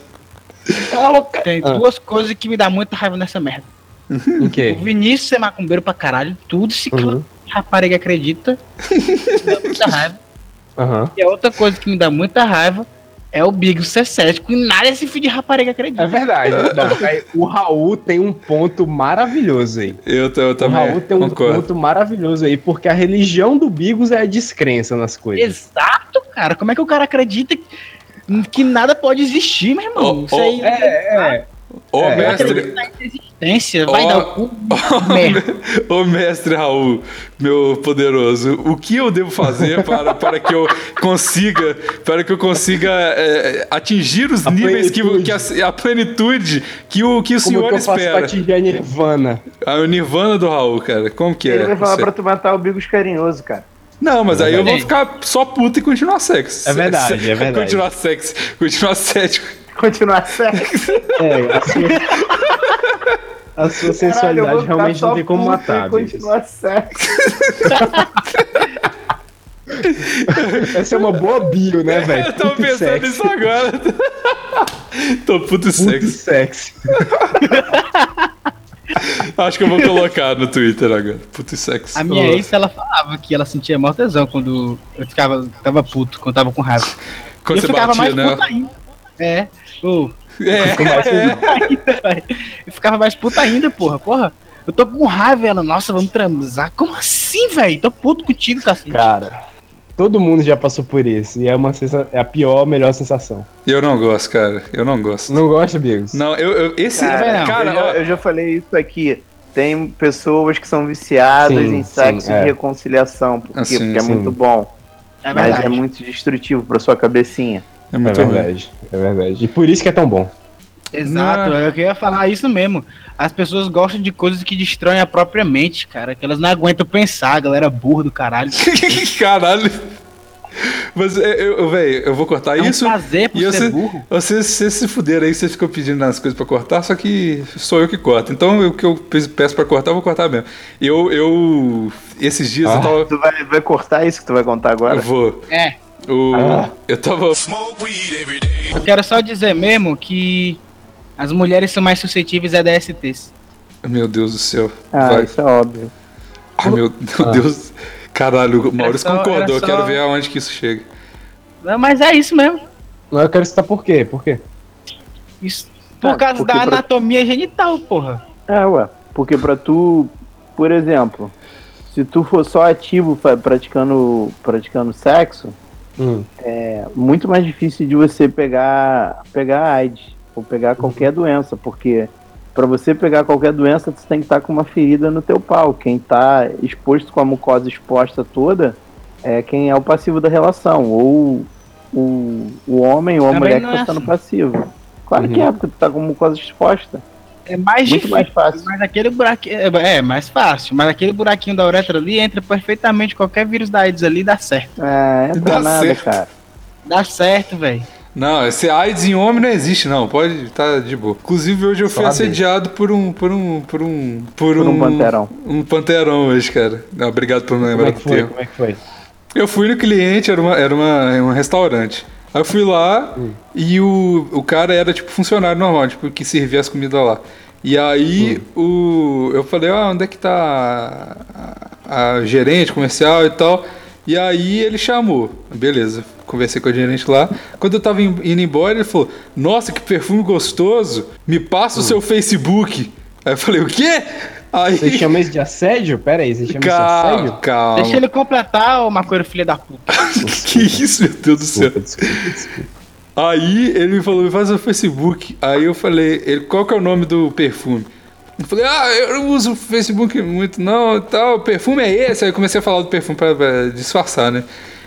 Speaker 7: Tem duas coisas que me dá muita raiva nessa merda.
Speaker 3: O
Speaker 7: O
Speaker 3: Ah. quê?
Speaker 7: Vinícius é macumbeiro pra caralho. Tudo se
Speaker 3: Uhum.
Speaker 7: rapariga acredita. Me dá muita raiva.
Speaker 3: Aham.
Speaker 7: E a outra coisa que me dá muita raiva é o Big ser cético. E nada esse filho de rapariga
Speaker 3: É
Speaker 7: acredita.
Speaker 3: verdade. Não, aí, o Raul tem um ponto maravilhoso aí.
Speaker 6: Eu, t- eu
Speaker 3: O
Speaker 6: também.
Speaker 3: Raul tem um
Speaker 6: concordo.
Speaker 3: ponto maravilhoso aí, porque a religião do Bigos é a descrença nas coisas.
Speaker 7: Exato, cara. Como é que o cara acredita que, que nada pode existir, meu irmão?
Speaker 6: Ó,
Speaker 7: Isso
Speaker 6: ó,
Speaker 7: aí
Speaker 3: É, é.
Speaker 6: Ô,
Speaker 3: É, eu
Speaker 6: mestre,
Speaker 7: acredita na existência. Vai
Speaker 6: Ó.
Speaker 7: dar o cu. Merda.
Speaker 6: Ô mestre Raul, meu poderoso, o que eu devo fazer para, para que eu consiga, para que eu consiga é, atingir os
Speaker 3: A
Speaker 6: níveis que,
Speaker 3: plenitude.
Speaker 6: que a, a plenitude que o que
Speaker 3: Como
Speaker 6: o senhor
Speaker 3: que eu faço pra
Speaker 6: espera?
Speaker 3: atingir a Nirvana?
Speaker 6: Ah, o Nirvana do Raul, cara, como que
Speaker 5: Ele
Speaker 6: é?
Speaker 5: vai
Speaker 6: Não,
Speaker 5: falar
Speaker 6: sei.
Speaker 5: pra tu matar o Bigos carinhoso, cara.
Speaker 6: Não, mas aí eu vou
Speaker 7: Ei.
Speaker 6: ficar só puto e continuar sexo.
Speaker 3: É verdade,
Speaker 6: Se-
Speaker 3: é verdade.
Speaker 6: Continuar sexo, continuar cético.
Speaker 5: Continuar sexo.
Speaker 3: É, a sua, a sua
Speaker 5: Caralho, eu vou
Speaker 3: sensualidade
Speaker 5: ficar
Speaker 3: realmente
Speaker 5: só
Speaker 3: não tem como
Speaker 5: puto
Speaker 3: matar.
Speaker 5: e
Speaker 3: Bigos.
Speaker 5: Continuar sexo.
Speaker 3: Essa é uma boa bio, né, velho?
Speaker 6: Eu tava
Speaker 3: Puto e
Speaker 6: pensando
Speaker 3: sexy.
Speaker 6: nisso agora. Tô puto e
Speaker 3: Puto e
Speaker 6: sexo.
Speaker 3: sexy.
Speaker 6: Acho que eu vou colocar no Twitter agora. Puto e sexo.
Speaker 7: A minha ex, ela falava que ela sentia maior tesão quando eu ficava tava puto, quando tava com raiva.
Speaker 6: Quando
Speaker 7: eu
Speaker 6: você
Speaker 7: ficava
Speaker 6: batia,
Speaker 7: mais
Speaker 6: né?
Speaker 7: puto ainda. É. Ô,
Speaker 6: É, é.
Speaker 7: ainda, vai. eu ficava mais puto ainda, porra. Porra, eu tô com raiva. Ela, nossa, vamos transar. Como assim, velho? Tô puto contigo, cacete.
Speaker 3: Cara, todo mundo já passou por isso. E é, uma sensa- é a pior, melhor sensação.
Speaker 6: Eu não gosto, cara. Eu não gosto. Não,
Speaker 3: Não gosta, Bigos?
Speaker 6: eu, eu- esse. Cara,
Speaker 5: Cara, eu, já,
Speaker 6: ó,
Speaker 5: eu já falei isso aqui. Tem pessoas que são viciadas
Speaker 3: Sim,
Speaker 5: em sexo
Speaker 3: sim,
Speaker 5: e
Speaker 3: é.
Speaker 5: reconciliação. Por quê?
Speaker 6: Assim,
Speaker 5: Porque é
Speaker 3: sim.
Speaker 5: muito bom.
Speaker 7: É
Speaker 5: mas é
Speaker 7: verdade.
Speaker 5: muito destrutivo pra sua cabecinha.
Speaker 6: é
Speaker 3: É
Speaker 6: muito ruim.
Speaker 3: verdade, é verdade. E por isso que é tão bom.
Speaker 7: Exato, é eu queria falar isso mesmo. As pessoas gostam de coisas que destroem a própria mente, cara. Que elas não aguentam pensar, a galera é burra do caralho.
Speaker 6: Caralho. Mas, é, eu, eu, velho, eu vou cortar
Speaker 7: É um
Speaker 6: isso.
Speaker 7: prazer por
Speaker 6: e
Speaker 7: ser
Speaker 6: você,
Speaker 7: burro.
Speaker 6: Vocês, vocês se fuderam aí, vocês ficam pedindo as coisas pra cortar, só que sou eu que corto. Então, eu- o que eu pe- peço pra cortar, eu vou cortar mesmo. Eu, eu esses dias eu
Speaker 3: Ah.
Speaker 6: tava.
Speaker 5: Tu vai, vai cortar isso que tu vai contar agora?
Speaker 6: Eu vou.
Speaker 7: É.
Speaker 6: O-
Speaker 3: Ah.
Speaker 6: Eu tava.
Speaker 7: Eu quero só dizer mesmo que as mulheres são mais suscetíveis a DSTs.
Speaker 6: Meu Deus do céu.
Speaker 5: Ah,
Speaker 6: Vai.
Speaker 5: isso é óbvio.
Speaker 6: Ai, meu, meu Deus. Caralho, o Maurício
Speaker 7: só- era
Speaker 6: concordou.
Speaker 7: só-
Speaker 6: Quero ver aonde que isso chega.
Speaker 7: Não, mas é isso mesmo.
Speaker 3: Mas eu quero citar por quê? Por quê?
Speaker 7: Isso por
Speaker 5: Ah,
Speaker 7: causa
Speaker 5: porque
Speaker 7: da
Speaker 5: pra-
Speaker 7: anatomia genital, porra.
Speaker 5: É, ué. Porque pra tu, por exemplo, se tu for só ativo fa- praticando, praticando sexo,
Speaker 3: Hum.
Speaker 5: é muito mais difícil de você pegar, pegar AIDS ou pegar
Speaker 7: Uhum.
Speaker 5: qualquer doença, porque pra você pegar qualquer doença, tu tem que estar com uma ferida no teu pau. Quem tá exposto com a mucosa exposta toda é quem é o passivo da relação, ou o, o homem ou a
Speaker 7: Também
Speaker 5: mulher que
Speaker 7: não é
Speaker 5: tá sendo
Speaker 7: assim. Uhum.
Speaker 5: passivo. Claro que é, porque tu tá com a mucosa exposta.
Speaker 7: É mais
Speaker 5: Muito
Speaker 7: difícil.
Speaker 5: mais fácil.
Speaker 7: Mas aquele buraquinho. É, é, mais fácil. Mas aquele buraquinho da uretra ali entra perfeitamente. Qualquer vírus da AIDS ali dá certo.
Speaker 5: É, entra
Speaker 6: Dá
Speaker 5: nada,
Speaker 6: certo.
Speaker 5: cara.
Speaker 7: Dá certo, velho.
Speaker 6: Não, esse AIDS em homem não existe, não. Pode tá de boa. Inclusive, hoje eu fui
Speaker 3: Sabe.
Speaker 6: assediado por um. por um. por um. por,
Speaker 5: Por
Speaker 6: um.
Speaker 5: um panterão.
Speaker 6: um panterão hoje, cara. Não, obrigado por me
Speaker 3: Como
Speaker 6: lembrar
Speaker 3: é
Speaker 6: do
Speaker 3: que foi?
Speaker 6: termo.
Speaker 3: Como é que foi?
Speaker 6: Eu fui no cliente, era, uma, era uma, um restaurante. Aí eu fui lá e o, o cara era tipo funcionário normal, tipo, que servia as comidas lá. E aí o, eu falei, ah, onde é que tá a- a, a gerente comercial e tal? E aí ele chamou. Beleza, conversei com a gerente lá. Quando eu tava in- indo embora, ele falou, nossa, que perfume gostoso! Me passa o seu Facebook. Aí eu falei, o quê? Aí.
Speaker 3: Hum. Você chama isso de assédio? Pera aí, você chama isso de
Speaker 6: Calma,
Speaker 3: assédio?
Speaker 6: calma.
Speaker 7: Deixa ele completar, ô maconheiro filho da puta.
Speaker 6: Que isso, meu Deus do céu.
Speaker 3: Desculpa, desculpa, desculpa.
Speaker 6: Aí ele falou, me faz o Facebook. Aí eu falei, ele, qual que é o nome do perfume? Eu falei, ah, eu não uso o Facebook muito não e tal, o perfume é esse. Aí eu comecei a falar do perfume pra, pra disfarçar, né?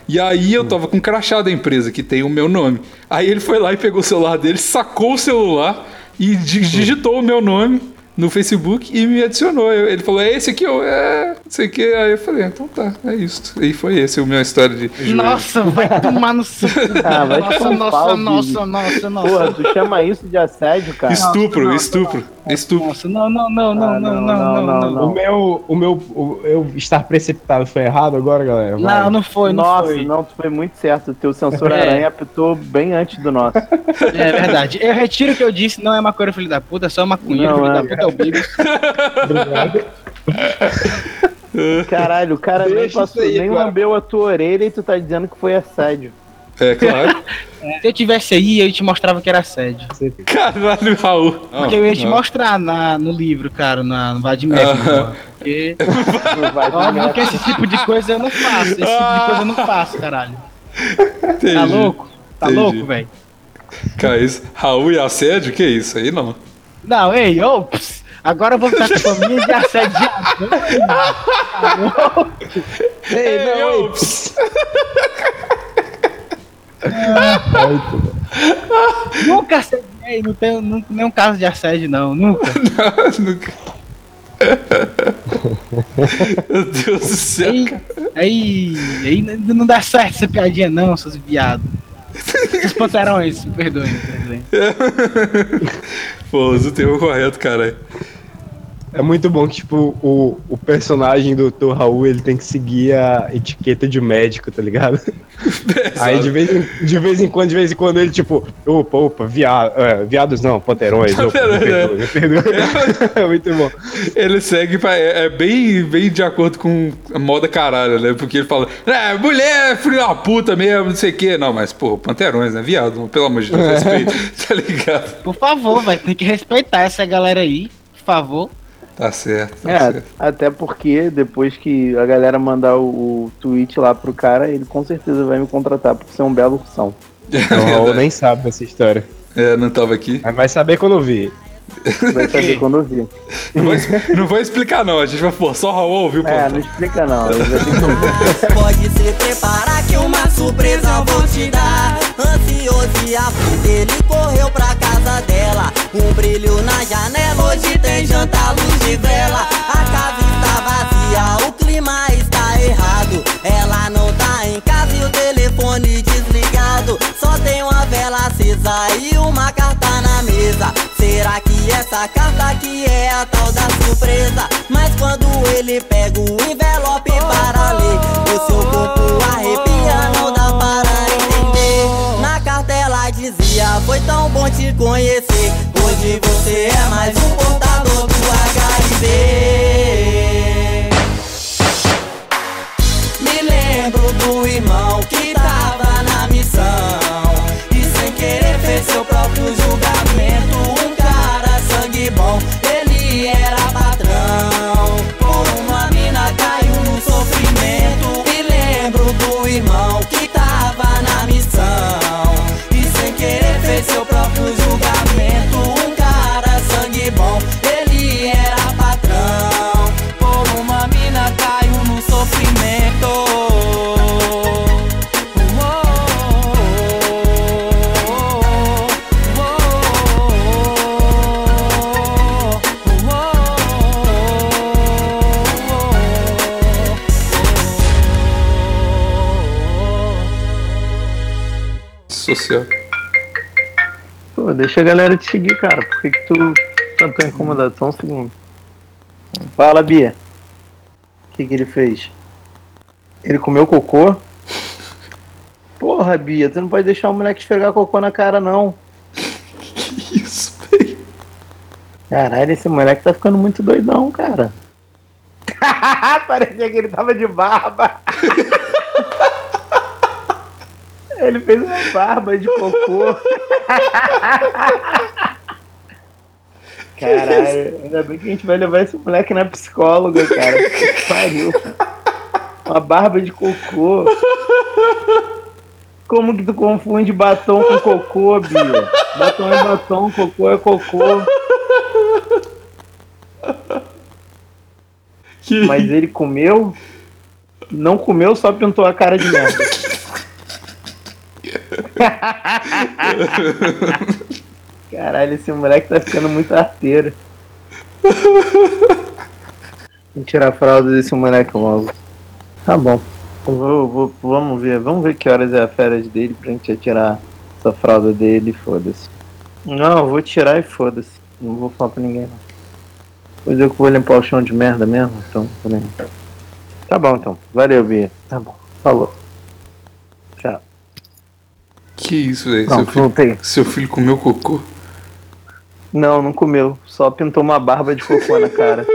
Speaker 6: E aí eu tava com um crachá da empresa, que tem o meu nome. Aí ele foi lá e pegou o celular dele, sacou o celular e di- digitou o meu nome no Facebook e me adicionou. Eu- Ele falou, é esse aqui? Eu, é, não sei o que. Aí eu falei, então tá, é isso. E foi esse o meu história de...
Speaker 7: Nossa, vai tomar no seu.
Speaker 5: Ah, vai te
Speaker 7: nossa,
Speaker 5: tomar
Speaker 7: nossa,
Speaker 5: pau,
Speaker 7: nossa, nossa, nossa,
Speaker 5: Porra, tu chama isso de assédio, cara?
Speaker 6: Estupro,
Speaker 7: não,
Speaker 6: estupro, estupro.
Speaker 7: nossa. Não, não, não, não,
Speaker 5: Ah,
Speaker 7: não, não, não, não. Não,
Speaker 3: O meu, o meu, o- eu estar precipitado foi errado agora, galera? Vai.
Speaker 7: não, foi, não
Speaker 5: Nossa,
Speaker 7: foi.
Speaker 5: não, tu foi muito certo. O teu censor
Speaker 7: É.
Speaker 5: aranha apitou bem antes do nosso.
Speaker 7: É verdade. Eu retiro o que eu disse, não é maconheiro filho da puta, é só maconheiro
Speaker 5: Não,
Speaker 7: filho
Speaker 5: é.
Speaker 7: da puta é o Bigo.
Speaker 5: Caralho, o cara nem,
Speaker 3: Deixa
Speaker 5: passou,
Speaker 3: isso aí,
Speaker 5: nem
Speaker 3: cara.
Speaker 5: lambeu a tua orelha e tu tá dizendo que foi assédio.
Speaker 6: É claro.
Speaker 7: Se eu tivesse aí, eu te mostrava que era assédio.
Speaker 6: Caralho, Raul.
Speaker 7: Porque eu ia te
Speaker 6: Não.
Speaker 7: mostrar na, no livro, cara, na, no Vadimec.
Speaker 6: Aham.
Speaker 7: Porque,
Speaker 5: Tu vai
Speaker 7: óbvio que esse tipo de coisa eu não faço. Esse tipo de coisa eu não faço, caralho.
Speaker 6: Entendi.
Speaker 7: Tá louco? Tá
Speaker 6: Entendi.
Speaker 7: louco, velho?
Speaker 6: Cara, é isso- Raul e assédio? Que isso aí, não.
Speaker 7: Não, ei, ô, ps, agora eu vou ficar com a minha de assediado.
Speaker 3: Ei, não,
Speaker 6: Ei,
Speaker 3: ei,
Speaker 6: eu-
Speaker 3: pss.
Speaker 7: Nunca assediei, não tenho nu- nenhum caso de assédio, não, nunca.
Speaker 6: Nunca. Meu Deus do céu.
Speaker 7: Aí, aí, aí n- não dá certo essa piadinha, não, seus viados. Esses panterões, perdoem. perdoem.
Speaker 6: Pô, usa o termo correto, cara.
Speaker 3: É muito bom que, tipo, o, o personagem do Dr. Raul, ele tem que seguir a etiqueta de médico, tá ligado? Aí de vez, em, de vez em quando, de vez em quando, ele, tipo, opa, opa, viado, é, viados não, panterões, opa, me perdoe, me perdoe. É muito bom.
Speaker 6: Ele segue pra, é, é bem, bem de acordo com a moda caralho, né? Porque ele fala, é, mulher é filho da puta mesmo, não sei o quê. Não, mas, pô, panterões, né? Viado, pelo amor de Deus, respeito. Tá ligado?
Speaker 7: Por favor, velho, tem que respeitar essa galera aí, por favor.
Speaker 6: Tá certo, tá
Speaker 5: É,
Speaker 6: certo.
Speaker 5: até porque depois que a galera mandar o, o tweet lá pro cara, ele com certeza vai me contratar por ser um belo ursão.
Speaker 3: Então, o Raul nem sabe dessa história.
Speaker 6: É, não tava aqui.
Speaker 3: Mas vai saber quando eu vi.
Speaker 5: Vai saber quando eu vi.
Speaker 6: Não vou, es- não vou explicar, não. A gente vai forçar o Raul a ouvir o
Speaker 5: É,
Speaker 6: plantão.
Speaker 5: não explica não. Ele vai ter que
Speaker 8: Pode se preparar que uma surpresa eu vou te dar. Ansioso e aflito, ele correu pra casa dela. Um brilho na janela, hoje tem jantar, luz de vela. A casa está vazia, o clima está errado. Ela não tá em casa e o telefone desligado. Só tem uma vela acesa e uma carta na mesa. Será que essa carta aqui é a tal da surpresa? Mas quando ele pega o envelope para ler, o seu corpo arrepia, não dá para entender. Na carta ela dizia: Foi tão bom te conhecer. Hoje você é mais um portador do HIV. Me lembro do irmão que tava na missão E sem querer fez seu próprio julgamento Um cara sangue bom, ele era patrão Por uma mina caiu no sofrimento Me lembro do irmão que tava na missão E sem querer fez seu próprio julgamento Um cara sangue bom, ele era patrão Por uma mina caiu no sofrimento.
Speaker 6: Social.
Speaker 5: Pô, deixa a galera te seguir, cara. Por que, que tu tá tão incomodado? Só um segundo. Fala, Bia. O que, que ele fez? Ele comeu cocô? Porra, Bia, tu não pode deixar o moleque esfregar cocô na cara, não.
Speaker 6: Isso, velho.
Speaker 5: Caralho, esse moleque tá ficando muito doidão, cara. Parecia que ele tava de barba. ele fez uma barba de cocô. Caralho, ainda bem que a gente vai levar esse moleque na psicóloga, cara. Que Pariu. Uma barba de cocô. Como que tu confunde batom com cocô, Bia? Batom é batom, cocô é cocô.
Speaker 6: Que-
Speaker 5: Mas ele comeu, não comeu, só pintou a cara de merda. Caralho, esse moleque tá ficando muito arteiro. Vou tirar a fralda desse moleque logo. Tá bom. Eu vou- vou- vamos ver, vamos ver que horas é a férias dele pra gente tirar essa fralda dele e foda-se. Não, eu vou tirar e foda-se. Não vou falar pra ninguém. não. Pois eu que vou limpar o chão de merda mesmo, então. vou limpar. Tá bom então. Valeu, Bia. Tá bom. Falou. Tchau.
Speaker 6: Que isso, velho?
Speaker 5: Não,
Speaker 6: Seu, filho-
Speaker 5: voltei.
Speaker 6: seu filho comeu cocô.
Speaker 5: Não, não comeu. Só pintou uma barba de cocô na cara.